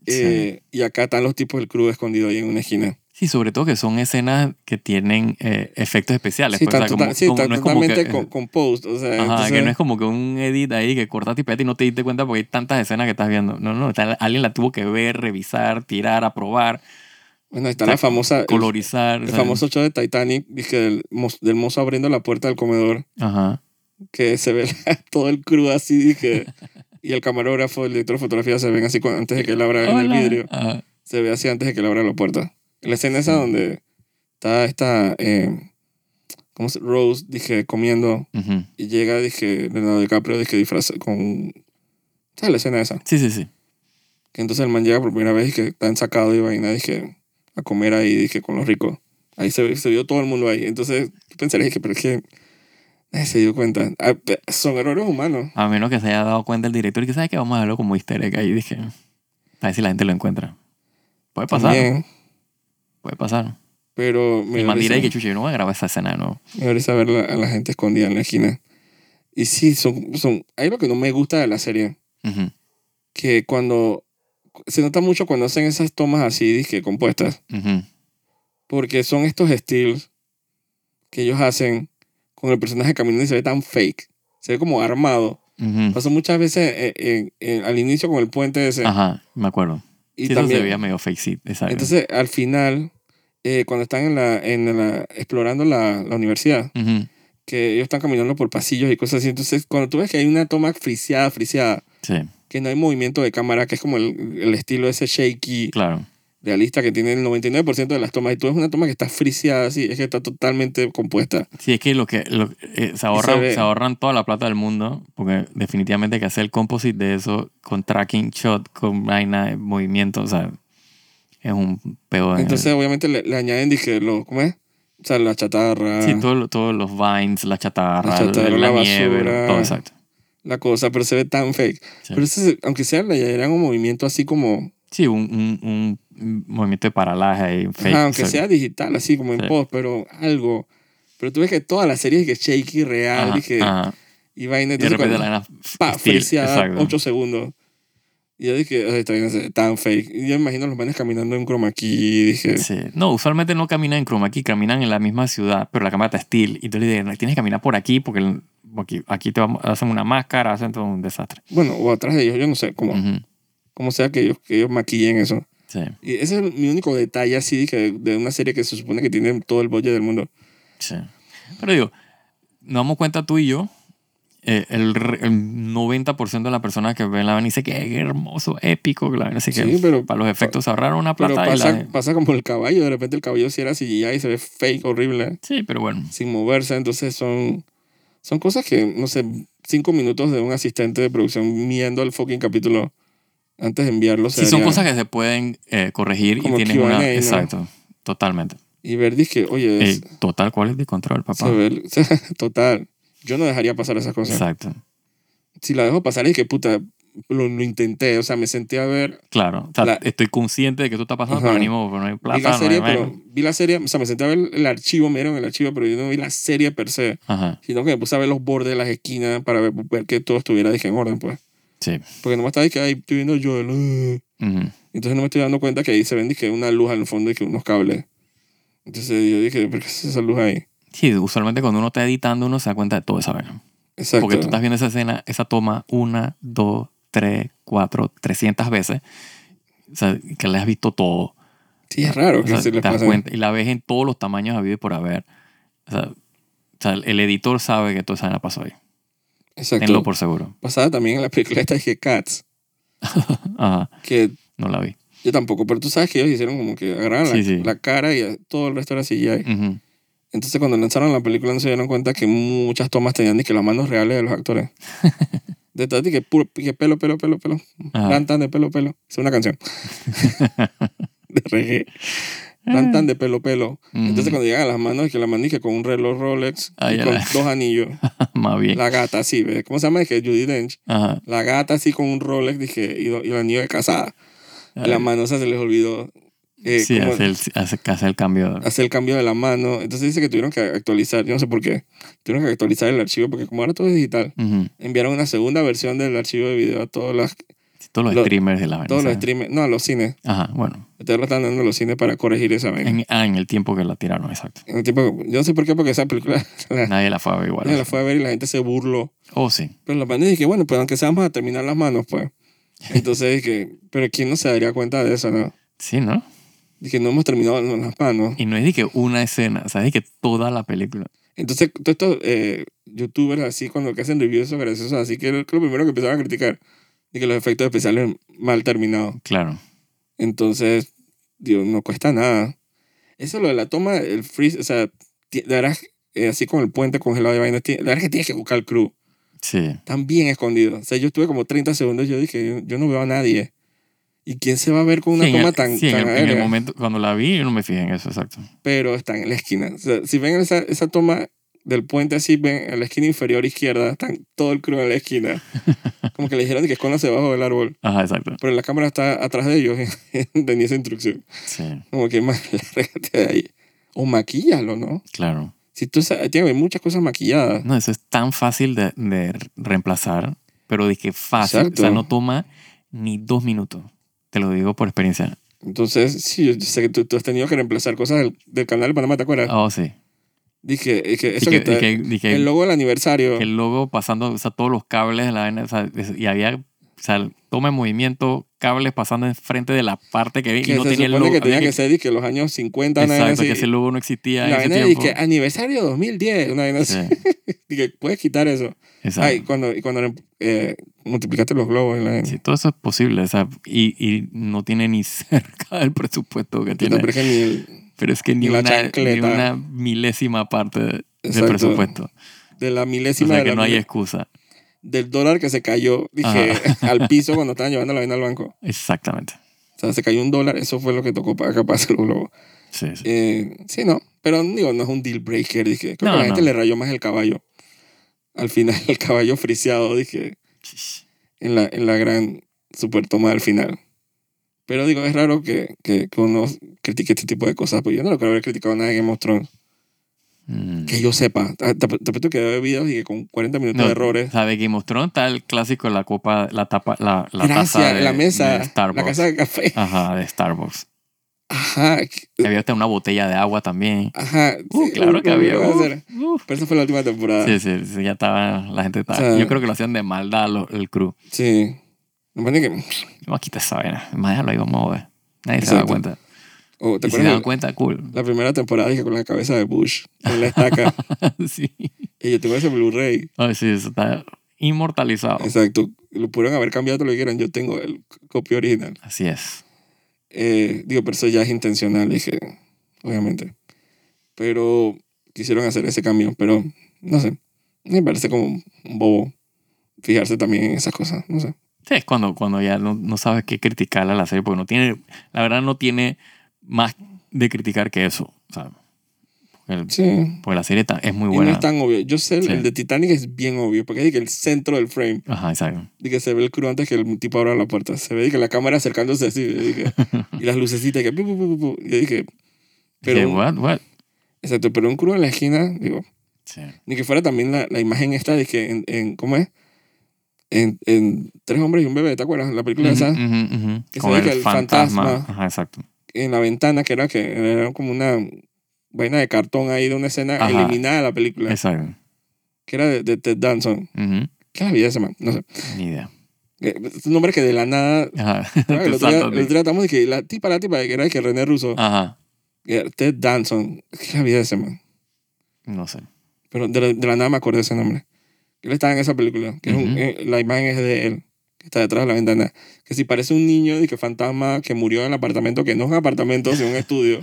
[SPEAKER 1] Eh, Y acá están los tipos del crew escondidos ahí en una esquina.
[SPEAKER 2] Sí, sobre todo que son escenas que tienen eh, efectos especiales.
[SPEAKER 1] sí,
[SPEAKER 2] pues, o sea,
[SPEAKER 1] están
[SPEAKER 2] como-
[SPEAKER 1] total- sí,
[SPEAKER 2] como-
[SPEAKER 1] están
[SPEAKER 2] no es como que- eh,
[SPEAKER 1] totalmente con, composed. O sea,
[SPEAKER 2] Ajá, que
[SPEAKER 1] entonces-
[SPEAKER 2] no es como que un edit ahí que cortaste y pegaste y no te diste cuenta porque hay tantas escenas que estás viendo. No, no, está- alguien la tuvo que ver, revisar, tirar, aprobar,
[SPEAKER 1] bueno, ahí está la
[SPEAKER 2] está
[SPEAKER 1] famosa... el-
[SPEAKER 2] colorizar. o
[SPEAKER 1] Ah, El
[SPEAKER 2] sea,
[SPEAKER 1] famoso show de Titanic, dije, del, mos- del mozo abriendo la puerta del comedor,
[SPEAKER 2] Ajá.
[SPEAKER 1] que se ve la- todo el crew así, dije, y el camarógrafo, el director de fotografía se ven así cu- antes de que él abra en el
[SPEAKER 2] Hola. Ah,
[SPEAKER 1] vidrio,
[SPEAKER 2] Ajá.
[SPEAKER 1] se ve así antes de que él abra la puerta. La escena esa donde está esta, eh, ¿cómo se Rose, dije, comiendo,
[SPEAKER 2] Ujú.
[SPEAKER 1] y llega, dije, Leonardo DiCaprio, dije, disfrazado con... ¿Sabes la escena esa?
[SPEAKER 2] Sí, sí, sí.
[SPEAKER 1] Que entonces el man llega por primera vez y que están sacado y vaina, dije, a comer ahí, dije, con los ricos. Ahí se, se vio todo el mundo ahí. Entonces, yo pensaré que, pero es que Nadie se dio cuenta. Ah, pe- Son errores humanos.
[SPEAKER 2] A menos que se haya dado cuenta el director y que sabe que vamos a verlo como easter egg ahí. Dije, a ver si la gente lo encuentra. Puede pasar,
[SPEAKER 1] También,
[SPEAKER 2] puede pasar.
[SPEAKER 1] pero me
[SPEAKER 2] Y
[SPEAKER 1] da
[SPEAKER 2] más diré que
[SPEAKER 1] risa-
[SPEAKER 2] chucha, yo no voy a grabar esa escena, ¿no?
[SPEAKER 1] me da risa ver la- a la gente escondida en la esquina. Y sí, son, son... Hay lo que no me gusta de la serie.
[SPEAKER 2] Ujú,
[SPEAKER 1] Que cuando... Se nota mucho cuando hacen esas tomas así, disque, compuestas.
[SPEAKER 2] ujú.
[SPEAKER 1] Porque son estos estilos que ellos hacen con el personaje caminando y se ve tan fake. Se ve como armado.
[SPEAKER 2] Ujú.
[SPEAKER 1] Pasó muchas veces eh, en- en- al inicio con el puente ese.
[SPEAKER 2] Ajá, me acuerdo.
[SPEAKER 1] y
[SPEAKER 2] sí, eso se veía
[SPEAKER 1] también,
[SPEAKER 2] medio fake, sí, exacto.
[SPEAKER 1] entonces, al final, eh, cuando están en la, en la- explorando la, la universidad,
[SPEAKER 2] Ujú,
[SPEAKER 1] que ellos están caminando por pasillos y cosas así, entonces cuando tú ves que hay una toma friseada, friseada,
[SPEAKER 2] Sí,
[SPEAKER 1] que no hay movimiento de cámara, que es como el, el estilo ese shaky
[SPEAKER 2] claro.
[SPEAKER 1] realista que tiene el 99% de las tomas, y tú ves una toma que está friseada así, es que está totalmente compuesta.
[SPEAKER 2] Sí, es que lo que lo- eh, se, ahorran,
[SPEAKER 1] ve.
[SPEAKER 2] se ahorran toda la plata del mundo, porque definitivamente que hacer el composite de eso con tracking shot, con vaina, movimiento, o sea, es un peor.
[SPEAKER 1] Entonces, obviamente, le, le añaden, dije, lo, ¿cómo es? O sea, la chatarra,
[SPEAKER 2] Sí, todo lo- todos los vines, la chatarra,
[SPEAKER 1] ah. La chatarra,
[SPEAKER 2] la,
[SPEAKER 1] la
[SPEAKER 2] nieve,
[SPEAKER 1] basura.
[SPEAKER 2] todo exacto.
[SPEAKER 1] la cosa, pero se ve tan fake.
[SPEAKER 2] Sí.
[SPEAKER 1] Pero ese- aunque sea, le añadirán un movimiento así como
[SPEAKER 2] Sí, un, un, un movimiento de paralaje ahí, fake.
[SPEAKER 1] Ajá, aunque
[SPEAKER 2] exacto.
[SPEAKER 1] sea digital, así como en
[SPEAKER 2] Sí.
[SPEAKER 1] post, pero algo. Pero tú ves que toda la serie es que shaky, real,
[SPEAKER 2] Ajá,
[SPEAKER 1] y que
[SPEAKER 2] ajá.
[SPEAKER 1] y vaina.
[SPEAKER 2] Y de
[SPEAKER 1] Entonces,
[SPEAKER 2] repente la
[SPEAKER 1] cuando,
[SPEAKER 2] vaina
[SPEAKER 1] pa,
[SPEAKER 2] steel,
[SPEAKER 1] friseada,
[SPEAKER 2] exacto.
[SPEAKER 1] 8 segundos. Y yo dije, "Ay, esta vaina se ve tan fake. Y yo imagino a los manes caminando en chroma key, y dije,
[SPEAKER 2] Sí. No, usualmente no caminan en chroma key, caminan en la misma ciudad, pero la cámara está steel. Y tú le dices, tienes que caminar por aquí porque el- aquí, aquí te vamos- hacen una máscara, hacen todo un desastre.
[SPEAKER 1] bueno, o atrás de ellos, yo no sé, como,
[SPEAKER 2] Ujú,
[SPEAKER 1] como sea que ellos, que ellos maquillen eso.
[SPEAKER 2] Sí,
[SPEAKER 1] Y ese es mi único detalle así dije, de, una serie que se supone que tiene todo el bolle del mundo.
[SPEAKER 2] sí. Pero digo, nos damos cuenta tú y yo, eh, el, re- el 90% de las personas que ven la vaina dice que es hermoso, épico, que la vaina. Así que
[SPEAKER 1] Sí, pero-
[SPEAKER 2] para los efectos se ahorraron una
[SPEAKER 1] Pero
[SPEAKER 2] plata. y la-
[SPEAKER 1] pasa, pasa como el caballo, de repente el caballo si era CGI y se ve fake, horrible.
[SPEAKER 2] Sí, pero bueno.
[SPEAKER 1] sin moverse. Entonces son, son cosas que, no sé, cinco minutos de un asistente de producción viendo el fucking capítulo antes de enviarlo. se
[SPEAKER 2] Sí, son
[SPEAKER 1] daría-
[SPEAKER 2] cosas que se pueden eh, corregir
[SPEAKER 1] Como
[SPEAKER 2] y tienes
[SPEAKER 1] Q&A,
[SPEAKER 2] una...
[SPEAKER 1] ¿no?
[SPEAKER 2] Exacto, totalmente.
[SPEAKER 1] Y ver, dije, oye, es-
[SPEAKER 2] Eh, total, ¿cuál es de control, papá?
[SPEAKER 1] se ve el- total, yo no dejaría pasar esas cosas.
[SPEAKER 2] Exacto.
[SPEAKER 1] Si la dejo pasar es que, puta, lo, lo intenté. O sea, me senté a ver,
[SPEAKER 2] Claro, o sea,
[SPEAKER 1] La-
[SPEAKER 2] estoy consciente de que esto está pasando,
[SPEAKER 1] Ajá.
[SPEAKER 2] pero ni modo, no hay plata,
[SPEAKER 1] vi la serie,
[SPEAKER 2] no hay
[SPEAKER 1] pero
[SPEAKER 2] vaina.
[SPEAKER 1] vi la serie, o sea, me senté a ver el archivo, me dieron el archivo, pero yo no vi la serie per se,
[SPEAKER 2] Ajá,
[SPEAKER 1] sino que me puse a ver los bordes de las esquinas para ver, ver que todo estuviera, dije, en orden, pues.
[SPEAKER 2] sí.
[SPEAKER 1] Porque nomás estaba ahí que, ay, estoy viendo yo ¡ah!".
[SPEAKER 2] Ujú.
[SPEAKER 1] Entonces no me estoy dando cuenta que ahí se ven que una luz al fondo y que unos cables. Entonces yo dije, ¿por qué es esa luz ahí?
[SPEAKER 2] Sí, usualmente cuando uno está editando uno se da cuenta de todo esa vaina.
[SPEAKER 1] Exacto.
[SPEAKER 2] Porque tú estás viendo esa escena, esa toma una, dos, tres, cuatro, trescientas veces. O sea, que le has visto todo.
[SPEAKER 1] Sí, es raro
[SPEAKER 2] O
[SPEAKER 1] que
[SPEAKER 2] sea,
[SPEAKER 1] se
[SPEAKER 2] te
[SPEAKER 1] les
[SPEAKER 2] das
[SPEAKER 1] pase.
[SPEAKER 2] cuenta y la ves en todos los tamaños habido y por haber. O sea, o sea, el editor sabe que toda esa vaina pasó ahí. Tenlo
[SPEAKER 1] Exacto.
[SPEAKER 2] por seguro.
[SPEAKER 1] Pasaba también en la película esta dije Cats,
[SPEAKER 2] Ajá,
[SPEAKER 1] que
[SPEAKER 2] no la vi.
[SPEAKER 1] yo tampoco, pero tú sabes que ellos hicieron como que agarraron la,
[SPEAKER 2] Sí, sí.
[SPEAKER 1] la cara y todo el resto era CGI.
[SPEAKER 2] Ujú.
[SPEAKER 1] Entonces cuando lanzaron la película no se dieron cuenta que muchas tomas tenían que las manos reales de los actores. De tal que puro que pelo, pelo, pelo, pelo.
[SPEAKER 2] Ajá.
[SPEAKER 1] Tan, tan de pelo, pelo. Es una canción. de reggae. Tan, tan de pelo, pelo. Entonces
[SPEAKER 2] Ah. Ujú.
[SPEAKER 1] cuando llegan a las manos, que la mano dije, con un reloj Rolex
[SPEAKER 2] Ah,
[SPEAKER 1] y
[SPEAKER 2] ya
[SPEAKER 1] con
[SPEAKER 2] la-
[SPEAKER 1] dos anillos.
[SPEAKER 2] Más bien.
[SPEAKER 1] La gata así, ¿ves? ¿Cómo se llama? Es que Judy Dench.
[SPEAKER 2] Ajá.
[SPEAKER 1] La gata así con un Rolex, dije, y, do- y el anillo de casada. Y la mano, o sea, se les olvidó eh,
[SPEAKER 2] sí,
[SPEAKER 1] cómo
[SPEAKER 2] hace el, hace, hace el cambio.
[SPEAKER 1] hacer el cambio de la mano. Entonces dice que tuvieron que actualizar, yo no sé por qué, tuvieron que actualizar el archivo, porque como ahora todo es digital,
[SPEAKER 2] Ujú.
[SPEAKER 1] enviaron una segunda versión del archivo de video a todas las,
[SPEAKER 2] Sí, Todos los
[SPEAKER 1] Lo-
[SPEAKER 2] streamers de la vaina.
[SPEAKER 1] todos los
[SPEAKER 2] ¿sabes?
[SPEAKER 1] streamers, no, a los cines.
[SPEAKER 2] Ajá, bueno.
[SPEAKER 1] Ustedes lo están dando a los cines para corregir esa vaina.
[SPEAKER 2] En, ah, en el tiempo que la tiraron, exacto.
[SPEAKER 1] En el tiempo- yo no sé por qué, porque esa película la,
[SPEAKER 2] Nadie la fue a ver igual.
[SPEAKER 1] Eh, la fue a ver y la gente se burló.
[SPEAKER 2] Oh, sí.
[SPEAKER 1] Pero la pandemia dije, bueno, pues aunque sea vamos a terminar las manos, pues. Entonces dije, pero ¿quién no se daría cuenta de eso, no?
[SPEAKER 2] Sí, ¿no?
[SPEAKER 1] Dije, no hemos terminado las las manos.
[SPEAKER 2] Y no es de que una escena, o sea, es de que toda la película.
[SPEAKER 1] Entonces, todos estos eh, youtubers así, cuando que hacen reviews sobre eso, así que lo, que lo primero que empezaron a criticar, de que los efectos especiales mal terminados.
[SPEAKER 2] Claro.
[SPEAKER 1] Entonces, digo, no cuesta nada. Eso lo de la toma, el freeze, o sea, ti- de verdad, eh, así con el puente congelado de vainas, ti- la verdad es que tienes que buscar el crew.
[SPEAKER 2] Sí.
[SPEAKER 1] Están bien escondidos. O sea, yo estuve como 30 segundos, yo dije, yo, yo no veo a nadie. ¿Y quién se va a ver con una
[SPEAKER 2] Sí, en
[SPEAKER 1] toma
[SPEAKER 2] el-
[SPEAKER 1] tan,
[SPEAKER 2] sí, e- en
[SPEAKER 1] tan
[SPEAKER 2] el, en el
[SPEAKER 1] aérea?
[SPEAKER 2] momento, cuando la vi, yo no me fijé en eso, exacto.
[SPEAKER 1] Pero están en la esquina. O sea, si ven esa, esa toma del puente así, ven, en la esquina inferior izquierda, están todo el crew en la esquina. Como que le dijeron que escóndase debajo del árbol.
[SPEAKER 2] Ajá, exacto.
[SPEAKER 1] Pero la cámara está atrás de ellos. Tenía esa instrucción.
[SPEAKER 2] Sí,
[SPEAKER 1] Como que más, lárgate de ahí. O maquíllalo, ¿no?
[SPEAKER 2] claro.
[SPEAKER 1] Si tú sabes, tiene que haber muchas cosas maquilladas.
[SPEAKER 2] No, eso es tan fácil de, de reemplazar, pero dije fácil.
[SPEAKER 1] Exacto.
[SPEAKER 2] O sea, no toma ni dos minutos. Te lo digo por experiencia.
[SPEAKER 1] Entonces, sí, yo sé que tú, tú has tenido que reemplazar cosas del, del canal de Panamá, ¿te acuerdas?
[SPEAKER 2] Oh, sí.
[SPEAKER 1] Dije, dije,
[SPEAKER 2] Y
[SPEAKER 1] Eh, eso
[SPEAKER 2] que,
[SPEAKER 1] que está-
[SPEAKER 2] y que- y que-
[SPEAKER 1] el logo del aniversario.
[SPEAKER 2] que el logo pasando, o sea, todos los cables de la vaina, o sea, es- y había, o sea, toma en movimiento, cables pasando enfrente de la parte que, y
[SPEAKER 1] que
[SPEAKER 2] no
[SPEAKER 1] se
[SPEAKER 2] tenía el
[SPEAKER 1] supone
[SPEAKER 2] logo.
[SPEAKER 1] que tenía
[SPEAKER 2] había
[SPEAKER 1] que ser dije, los años 50, una vaina
[SPEAKER 2] exacto, que
[SPEAKER 1] así.
[SPEAKER 2] ese logo no existía
[SPEAKER 1] La
[SPEAKER 2] en
[SPEAKER 1] vaina
[SPEAKER 2] ese
[SPEAKER 1] y
[SPEAKER 2] tiempo.
[SPEAKER 1] que aniversario 2010, una vaina así.
[SPEAKER 2] Sí,
[SPEAKER 1] Dije, puedes quitar eso.
[SPEAKER 2] exacto.
[SPEAKER 1] Ay, cuando, y cuando eh, multiplicaste los globos en la vaina.
[SPEAKER 2] Sí, todo eso es posible, o sea, y, y no tiene ni cerca del presupuesto que
[SPEAKER 1] Que
[SPEAKER 2] tiene.
[SPEAKER 1] no parece ni el-
[SPEAKER 2] Pero es que ni,
[SPEAKER 1] Ni la
[SPEAKER 2] una, ni
[SPEAKER 1] chancleta.
[SPEAKER 2] una milésima parte de- del
[SPEAKER 1] Exacto.
[SPEAKER 2] presupuesto.
[SPEAKER 1] de la
[SPEAKER 2] O
[SPEAKER 1] milésima
[SPEAKER 2] sea
[SPEAKER 1] de
[SPEAKER 2] que
[SPEAKER 1] la
[SPEAKER 2] no hay
[SPEAKER 1] mil-
[SPEAKER 2] excusa.
[SPEAKER 1] del dólar que se cayó, dije, al piso cuando estaban llevando la vaina al banco.
[SPEAKER 2] Exactamente.
[SPEAKER 1] O sea, se cayó un dólar, eso fue lo que tocó para acá para los globos.
[SPEAKER 2] Sí, sí.
[SPEAKER 1] Eh, sí, no, pero digo, no es un deal breaker, dije. Creo
[SPEAKER 2] No,
[SPEAKER 1] que la
[SPEAKER 2] no.
[SPEAKER 1] gente le rayó más el caballo. Al final, el caballo friseado, dije, en la, en la gran super toma del final. Pero digo, es raro que, que, que uno critique este tipo de cosas, porque yo no lo creo haber criticado nada en Game of Thrones.
[SPEAKER 2] Mm.
[SPEAKER 1] Que yo sepa. Ah, Te te apuesto que veo videos y que con 40 minutos
[SPEAKER 2] No,
[SPEAKER 1] de errores.
[SPEAKER 2] O sea, de Game of Thrones está el clásico, la copa, la tapa, la, la taza
[SPEAKER 1] Gracias,
[SPEAKER 2] de,
[SPEAKER 1] la mesa,
[SPEAKER 2] de Ah.
[SPEAKER 1] la
[SPEAKER 2] Starbucks.
[SPEAKER 1] casa de café.
[SPEAKER 2] Ajá, de Starbucks.
[SPEAKER 1] Ajá,
[SPEAKER 2] Y Había hasta una botella de agua también.
[SPEAKER 1] ajá.
[SPEAKER 2] Uh,
[SPEAKER 1] Uh. Ah, sí,
[SPEAKER 2] claro
[SPEAKER 1] lo-
[SPEAKER 2] que
[SPEAKER 1] lo
[SPEAKER 2] había.
[SPEAKER 1] iban a
[SPEAKER 2] uh,
[SPEAKER 1] hacer.
[SPEAKER 2] uh.
[SPEAKER 1] Pero esa fue la última temporada.
[SPEAKER 2] Sí, sí, sí, ya estaba, la gente estaba.
[SPEAKER 1] O sea-
[SPEAKER 2] yo creo que lo hacían de maldad lo- el crew.
[SPEAKER 1] Sí. Lo que pasa es que-
[SPEAKER 2] Vamos a quitar esa vaina. Más déjalo ahí, vamos a ver. Nadie se da
[SPEAKER 1] Exacto.
[SPEAKER 2] cuenta.
[SPEAKER 1] oh, ¿Te
[SPEAKER 2] Y si se
[SPEAKER 1] acuerdas?
[SPEAKER 2] dan cuenta, cool.
[SPEAKER 1] La primera temporada dije con la cabeza de Bush en la estaca.
[SPEAKER 2] sí.
[SPEAKER 1] y yo tengo ese Blu-ray.
[SPEAKER 2] Ay, sí, eso está inmortalizado.
[SPEAKER 1] Exacto. Lo pudieron haber cambiado todo lo que quieran. Yo tengo el c- copia original.
[SPEAKER 2] Así es.
[SPEAKER 1] Eh, digo, pero eso ya es intencional, dije, obviamente. Pero quisieron hacer ese cambio, pero no sé. Me parece como un bobo fijarse también en esas cosas, no sé.
[SPEAKER 2] Sí, es cuando, cuando ya no, no sabes qué criticar a la serie, porque no tiene, la verdad no tiene más de criticar que eso. o sea, porque, el-
[SPEAKER 1] Sí.
[SPEAKER 2] porque la serie ta- es muy
[SPEAKER 1] Y no
[SPEAKER 2] buena.
[SPEAKER 1] es tan obvio. Yo sé, el-
[SPEAKER 2] Sí.
[SPEAKER 1] el de Titanic es bien obvio, porque es de que el centro del frame,
[SPEAKER 2] Ajá, exacto.
[SPEAKER 1] de que se ve el crew antes que el tipo abra la puerta. Se ve de que la cámara acercándose así, de que- y las lucecitas, que... pu, pu, pu, pu, pu. Yo dije,
[SPEAKER 2] Pero,
[SPEAKER 1] pero,
[SPEAKER 2] what, what?
[SPEAKER 1] exacto, pero un crew en la esquina, digo,
[SPEAKER 2] Sí.
[SPEAKER 1] Ni que fuera también la, la imagen esta de que en, en- ¿cómo es? En, en Tres hombres y un bebé, ¿te acuerdas? La película esa,
[SPEAKER 2] Ujú, ujú, ujú.
[SPEAKER 1] que se
[SPEAKER 2] Con
[SPEAKER 1] ve
[SPEAKER 2] el,
[SPEAKER 1] que el
[SPEAKER 2] fantasma.
[SPEAKER 1] fantasma-
[SPEAKER 2] Ajá, exacto.
[SPEAKER 1] en la ventana, que era, que era como una vaina de cartón ahí de una escena
[SPEAKER 2] Ajá.
[SPEAKER 1] eliminada de la película,
[SPEAKER 2] Exacto.
[SPEAKER 1] que era de, de Ted Danson.
[SPEAKER 2] Ujú.
[SPEAKER 1] ¿Qué había ese man? No sé.
[SPEAKER 2] Ni idea.
[SPEAKER 1] Eh, Es un hombre que de la nada...
[SPEAKER 2] Ajá.
[SPEAKER 1] el
[SPEAKER 2] Te
[SPEAKER 1] otro día,
[SPEAKER 2] saltas
[SPEAKER 1] el otro
[SPEAKER 2] de-
[SPEAKER 1] día tratamos de que la tipa, la tipa, que era que René Russo,
[SPEAKER 2] Ajá.
[SPEAKER 1] que era Ted Danson. ¿Qué había ese man?
[SPEAKER 2] No sé.
[SPEAKER 1] Pero de la, de la nada me acordé de ese nombre. Él estaba en esa película. Que es un-
[SPEAKER 2] Ujú.
[SPEAKER 1] eh, la imagen es de él, que está detrás de la ventana. Que si parece un niño de que fantasma que murió en el apartamento, que no es un apartamento, sino un estudio.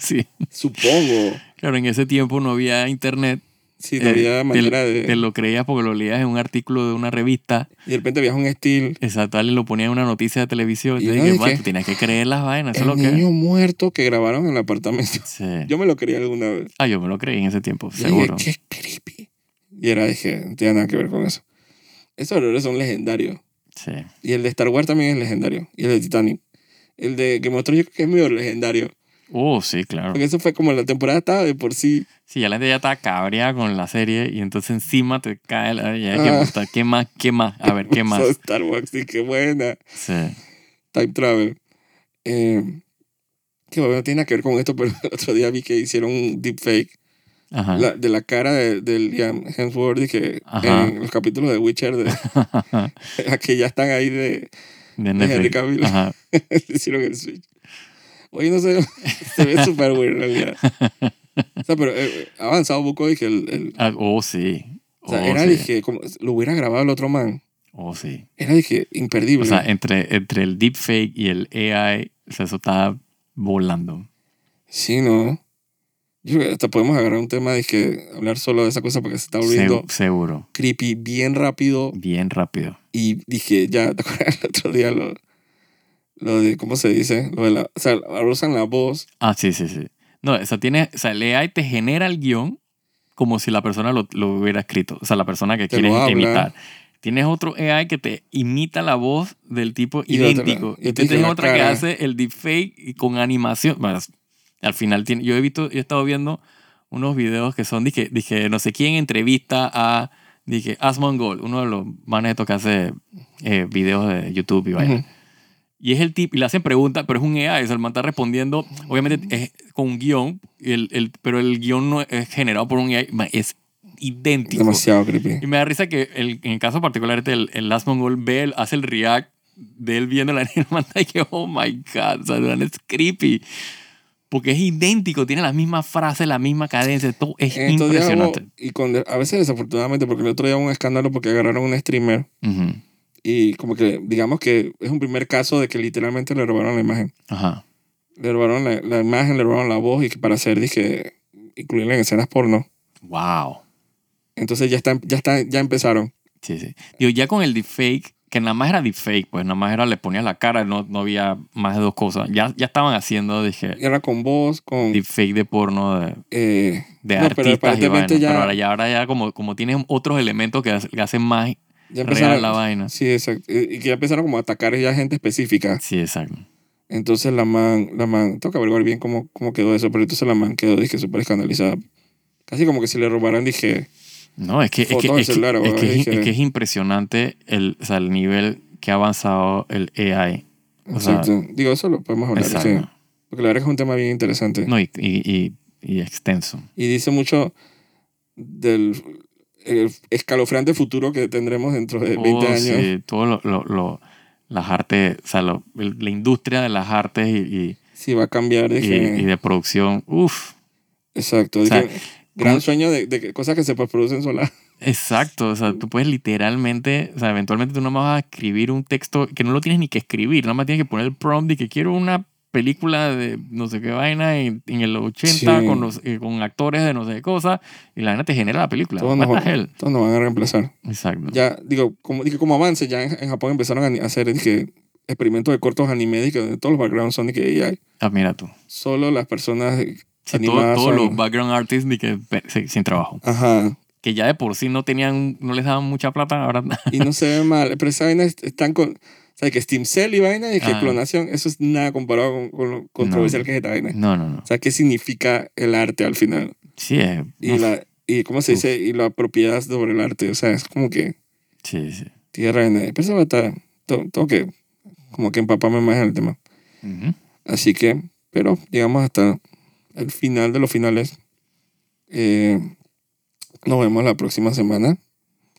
[SPEAKER 2] sí.
[SPEAKER 1] Supongo.
[SPEAKER 2] Claro, en ese tiempo no había internet.
[SPEAKER 1] Si no había
[SPEAKER 2] Eh,
[SPEAKER 1] manera
[SPEAKER 2] te,
[SPEAKER 1] de.
[SPEAKER 2] te lo creías porque lo leías en un artículo de una revista.
[SPEAKER 1] y de repente viaja un estilo.
[SPEAKER 2] Exacto, alguien lo ponía en una noticia de televisión.
[SPEAKER 1] Y
[SPEAKER 2] Yo
[SPEAKER 1] uno
[SPEAKER 2] dije,
[SPEAKER 1] dice,
[SPEAKER 2] "Man, tú tienes que creer las vainas, eso es
[SPEAKER 1] El
[SPEAKER 2] lo que.
[SPEAKER 1] niño muerto que grabaron en el apartamento.
[SPEAKER 2] Sí.
[SPEAKER 1] Yo me lo creí alguna vez.
[SPEAKER 2] Ah, yo me lo creí en ese tiempo,
[SPEAKER 1] Y
[SPEAKER 2] seguro.
[SPEAKER 1] Dije, qué creepy. Y era, dije, no tiene nada que ver con eso. Esos errores son legendarios.
[SPEAKER 2] Sí.
[SPEAKER 1] Y el de Star Wars también es legendario. Y el de Titanic. El de Game of Thrones yo creo que es medio legendario.
[SPEAKER 2] Oh, sí, claro.
[SPEAKER 1] Porque eso fue como la temporada estaba de por sí.
[SPEAKER 2] Sí, ya la gente ya está cabreada con la serie y entonces encima te cae la. Ya, ¿qué,
[SPEAKER 1] Ah.
[SPEAKER 2] puta? ¿Qué más? ¿Qué más? A ver, ¿qué más?
[SPEAKER 1] Son Star Wars, sí, qué buena.
[SPEAKER 2] Sí.
[SPEAKER 1] Time Travel. Eh, que bueno, no tiene nada que ver con esto, pero el otro día vi que hicieron un deepfake
[SPEAKER 2] Ajá.
[SPEAKER 1] la- de la cara de, de Liam Hemsworth y que
[SPEAKER 2] Ajá.
[SPEAKER 1] en los capítulos de Witcher, de, que ya están ahí de,
[SPEAKER 2] de
[SPEAKER 1] de Henry
[SPEAKER 2] Netflix.
[SPEAKER 1] Cavill,
[SPEAKER 2] Ajá.
[SPEAKER 1] le hicieron el switch. Oye, no sé, se ve súper weird en realidad. O sea, pero eh, ha avanzado un poco y que el... el-
[SPEAKER 2] Ah, oh, sí.
[SPEAKER 1] o sea,
[SPEAKER 2] oh,
[SPEAKER 1] era,
[SPEAKER 2] sí.
[SPEAKER 1] dije, como lo hubiera grabado el otro man.
[SPEAKER 2] Oh, sí.
[SPEAKER 1] Era, dije, imperdible.
[SPEAKER 2] O sea, entre, entre el deepfake y el AI, o sea, eso está volando.
[SPEAKER 1] Sí, no. Yo creo que hasta podemos agarrar un tema de que hablar solo de esa cosa porque se está volviendo
[SPEAKER 2] Segu- seguro.
[SPEAKER 1] creepy bien rápido.
[SPEAKER 2] Bien rápido.
[SPEAKER 1] Y dije, ya, ¿te acuerdas el otro día lo, lo de, ¿cómo se dice? Lo de la, o sea, ahora usan la voz.
[SPEAKER 2] Ah, sí, sí, sí. No, o sea, tiene, o sea, el AI te genera el guión como si la persona lo, lo hubiera escrito, o sea, la persona que
[SPEAKER 1] Te
[SPEAKER 2] quieres
[SPEAKER 1] lo habla.
[SPEAKER 2] imitar. Tienes otro AI que te imita la voz del tipo
[SPEAKER 1] Y otra-
[SPEAKER 2] idéntico.
[SPEAKER 1] y
[SPEAKER 2] Y
[SPEAKER 1] te dice
[SPEAKER 2] tienes
[SPEAKER 1] la
[SPEAKER 2] otra que
[SPEAKER 1] cara.
[SPEAKER 2] hace el deepfake y con animación. Bueno, al final tiene, yo he visto, yo he estado viendo unos videos que son, dije, dije no sé quién entrevista a, dije, Asmongol, uno de los manes estos que hace eh, videos de YouTube y vaina.
[SPEAKER 1] Ujú.
[SPEAKER 2] Y es el tipo, y le hacen preguntas, pero es un AI, o sea, el man está respondiendo, obviamente es con un guión, y el, el- pero el guión no es generado por un AI, man, es idéntico.
[SPEAKER 1] Demasiado creepy.
[SPEAKER 2] Y me da risa que el, en el caso particular, este, el, el Last Mongol ve, el- hace el react de él viendo la niña y que, oh my god, o sea, man, es creepy. Porque es idéntico, tiene las mismas frases, la misma cadencia, todo es
[SPEAKER 1] En estos días hubo-
[SPEAKER 2] impresionante.
[SPEAKER 1] y con, a veces desafortunadamente, porque el otro día hubo un escándalo porque agarraron un streamer
[SPEAKER 2] Ujú,
[SPEAKER 1] y como que digamos que es un primer caso de que literalmente le robaron la imagen.
[SPEAKER 2] Ajá.
[SPEAKER 1] Le robaron la, la imagen, le robaron la voz y que para hacer, dije, incluirla en escenas porno.
[SPEAKER 2] Wow.
[SPEAKER 1] Entonces ya están, ya están, ya empezaron.
[SPEAKER 2] Sí, sí. Digo, ya con el deepfake, que nada más era deepfake, pues nada más era le ponías la cara, no, no había más de dos cosas. Ya, ya estaban haciendo, dije,
[SPEAKER 1] Y ahora con voz, con...
[SPEAKER 2] deepfake de porno de,
[SPEAKER 1] eh,
[SPEAKER 2] de
[SPEAKER 1] No, pero
[SPEAKER 2] artistas y vaina.
[SPEAKER 1] aparentemente ya-
[SPEAKER 2] Pero ahora ya, ahora ya como, como tienes otros elementos que, hace- que hacen más
[SPEAKER 1] ya
[SPEAKER 2] real la
[SPEAKER 1] empezaron...
[SPEAKER 2] vaina.
[SPEAKER 1] Sí, exacto. Eh, Y y que ya empezaron como a atacar ya gente específica.
[SPEAKER 2] Sí, exacto.
[SPEAKER 1] Entonces la man, la man, tengo que averiguar bien cómo, cómo quedó eso, pero entonces la man quedó, dije, súper escandalizada. Casi como que si le robaran, dije,
[SPEAKER 2] No, es que, es que,
[SPEAKER 1] Fotos del
[SPEAKER 2] es que-
[SPEAKER 1] celular,
[SPEAKER 2] es
[SPEAKER 1] weón,
[SPEAKER 2] que es-
[SPEAKER 1] dije.
[SPEAKER 2] es que es impresionante el, o sea, el nivel que ha avanzado el AI. O sea,
[SPEAKER 1] exacto. Digo, eso lo podemos hablar,
[SPEAKER 2] exacto.
[SPEAKER 1] sí. Porque la verdad es que es un tema bien interesante.
[SPEAKER 2] No, y, y, y- y extenso.
[SPEAKER 1] Y dice mucho del el escalofriante futuro que tendremos dentro de 20
[SPEAKER 2] Oh,
[SPEAKER 1] eh, años.
[SPEAKER 2] Sí, todo lo, lo- lo- las artes, o sea, lo- el- la industria de las artes y,
[SPEAKER 1] Sí, va a cambiar.
[SPEAKER 2] y,
[SPEAKER 1] Dije,
[SPEAKER 2] y- y de producción. Uf,
[SPEAKER 1] exacto.
[SPEAKER 2] sea,
[SPEAKER 1] dije, gran
[SPEAKER 2] ¿cómo-
[SPEAKER 1] sueño de, de que- cosas que se pues producen solas.
[SPEAKER 2] exacto. O sea, tú puedes literalmente, o sea, eventualmente tú nomás vas a escribir un texto que no lo tienes ni que escribir, nada más tienes que poner el prompt y que quiero una película de no sé qué vaina en, en el 80
[SPEAKER 1] Sí.
[SPEAKER 2] con, los- eh, con actores de no sé qué cosa y la vaina te genera la película.
[SPEAKER 1] Todos nos,
[SPEAKER 2] What the
[SPEAKER 1] van-
[SPEAKER 2] hell?
[SPEAKER 1] todos nos van a reemplazar.
[SPEAKER 2] Exacto.
[SPEAKER 1] Ya, digo, como, dije, como avance, ya en, en Japón empezaron a ni- a hacer dije, experimentos de cortos anime, dije, donde todos los backgrounds son de que AI.
[SPEAKER 2] Ah, mira tú.
[SPEAKER 1] Solo las personas
[SPEAKER 2] Sí, todo-
[SPEAKER 1] animadas
[SPEAKER 2] todos
[SPEAKER 1] son-
[SPEAKER 2] los background artists ni que, sí, sin trabajo.
[SPEAKER 1] Ajá.
[SPEAKER 2] que ya de por sí no tenían, no les daban mucha plata, ahora
[SPEAKER 1] Y no se ve mal. Pero esa vaina es- están con... O sea, que Steam Cell y vaina y que
[SPEAKER 2] Ajá.
[SPEAKER 1] clonación, eso es nada comparado con, con lo controversial que es esta vaina.
[SPEAKER 2] no, no, no.
[SPEAKER 1] O sea, ¿qué significa el arte al final?
[SPEAKER 2] Sí, eh, es,
[SPEAKER 1] Y,
[SPEAKER 2] uf,
[SPEAKER 1] la, y ¿cómo se dice? Y la propiedad sobre el arte. O sea, es como que
[SPEAKER 2] sí, sí.
[SPEAKER 1] tierra de nadie. Pero eso va a estar... Tengo tengo que... Como que empaparme más en el tema.
[SPEAKER 2] Ujú.
[SPEAKER 1] Así que... Pero llegamos hasta el final de los finales. Eh, nos vemos la próxima semana.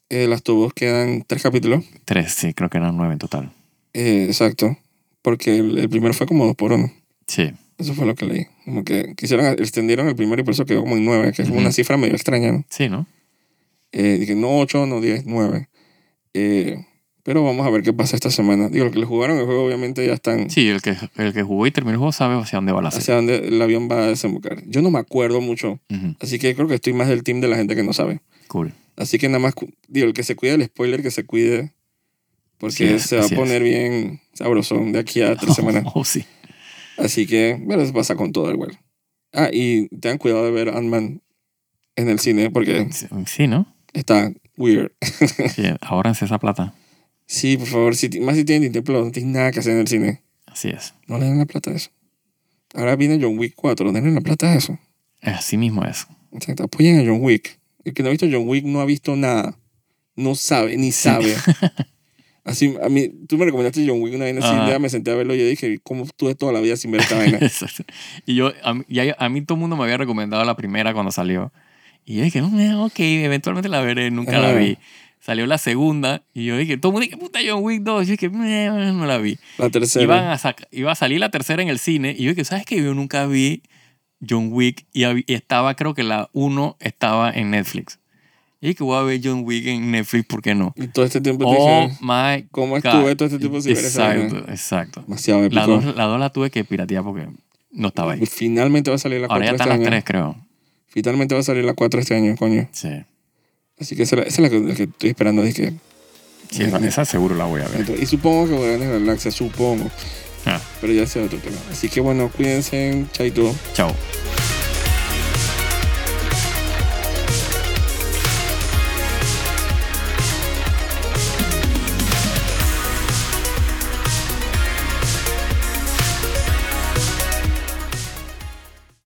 [SPEAKER 1] Eh, las tubos quedan tres capítulos.
[SPEAKER 2] Tres, sí, creo que eran nueve en total.
[SPEAKER 1] Eh, exacto. Porque el, el primero fue como dos por uno.
[SPEAKER 2] Sí,
[SPEAKER 1] Eso fue lo que leí. Como que quisieron, extendieron el primero y por eso quedó como en nueve, que es como
[SPEAKER 2] Ujú.
[SPEAKER 1] una cifra medio extraña, ¿no?
[SPEAKER 2] sí, ¿no?
[SPEAKER 1] Eh, dije, no ocho, no diez, nueve. Eh, pero vamos a ver qué pasa esta semana. Digo, los que le jugaron el juego obviamente ya están
[SPEAKER 2] Sí, el que, el que jugó y terminó el juego sabe hacia dónde va la serie.
[SPEAKER 1] hacia dónde el avión va a desembocar. Yo no me acuerdo mucho,
[SPEAKER 2] Ujú,
[SPEAKER 1] así que creo que estoy más del team de la gente que no sabe.
[SPEAKER 2] Cool.
[SPEAKER 1] Así que nada más, cu- digo, el que se cuide del spoiler, que se cuide, porque
[SPEAKER 2] Así es,
[SPEAKER 1] se va a
[SPEAKER 2] así es.
[SPEAKER 1] poner bien sabrosón de aquí a tres semanas.
[SPEAKER 2] Oh, sí.
[SPEAKER 1] Así que, bueno, eso pasa con todo el güey. Ah, y tengan cuidado de ver Ant-Man en el cine porque
[SPEAKER 2] Sí, Sí, ¿no?
[SPEAKER 1] está weird.
[SPEAKER 2] Sí, ahórrense esa plata.
[SPEAKER 1] Sí, por favor, si, ti- más si tienen Disney Plus, no tienen nada que hacer en el cine.
[SPEAKER 2] Así es.
[SPEAKER 1] No le den la plata a eso. Ahora viene John Wick 4, denle la plata a eso.
[SPEAKER 2] Eh, Así mismo es.
[SPEAKER 1] Exacto, apoyen a John Wick. El que no ha visto John Wick no ha visto nada. No sabe, ni sabe. Así, a mí, tú me recomendaste John Wick una vaina así,
[SPEAKER 2] Ajá.
[SPEAKER 1] un día me senté a verlo y yo dije, ¿cómo estuve toda la vida sin ver esta vaina?
[SPEAKER 2] Exacto. Y yo, a mí, ya- a mí todo el mundo me había recomendado la primera cuando salió. Y yo dije, "Mm, ok, eventualmente la veré, nunca la
[SPEAKER 1] Ah.
[SPEAKER 2] vi. Salió la segunda y yo dije, todo el mundo dije, puta John Wick 2. Yo dije, "Mm, no la vi.
[SPEAKER 1] La
[SPEAKER 2] Iban
[SPEAKER 1] tercera.
[SPEAKER 2] a saca- iba a salir la tercera en el cine y yo dije, ¿sabes qué? Yo nunca vi John Wick y, hab- y estaba, creo que la 1 estaba en Netflix. Y dije, voy a ver John Wick en Netflix, ¿por qué no?
[SPEAKER 1] Y todo este tiempo te
[SPEAKER 2] Oh
[SPEAKER 1] dije,
[SPEAKER 2] my
[SPEAKER 1] ¿cómo estuve
[SPEAKER 2] God.
[SPEAKER 1] todo este tiempo sin ver esa vaina?
[SPEAKER 2] Exacto, exacto.
[SPEAKER 1] Demasiado épico.
[SPEAKER 2] La 2 la, dos la tuve que piratear porque no estaba ahí.
[SPEAKER 1] Finalmente va a salir la 4
[SPEAKER 2] Ahora ya
[SPEAKER 1] este
[SPEAKER 2] están las
[SPEAKER 1] año.
[SPEAKER 2] tres, creo.
[SPEAKER 1] Finalmente va a salir la 4 este año, coño.
[SPEAKER 2] Sí.
[SPEAKER 1] Así que esa, es la- esa es la que, la que estoy esperando. dije.
[SPEAKER 2] Sí, esa, esa seguro la voy a ver.
[SPEAKER 1] Entonces, y supongo que Guardianes de la Galaxia, supongo.
[SPEAKER 2] Ah,
[SPEAKER 1] Pero ya sea otro tema. Así que bueno, cuídense. Chaito.
[SPEAKER 2] chao.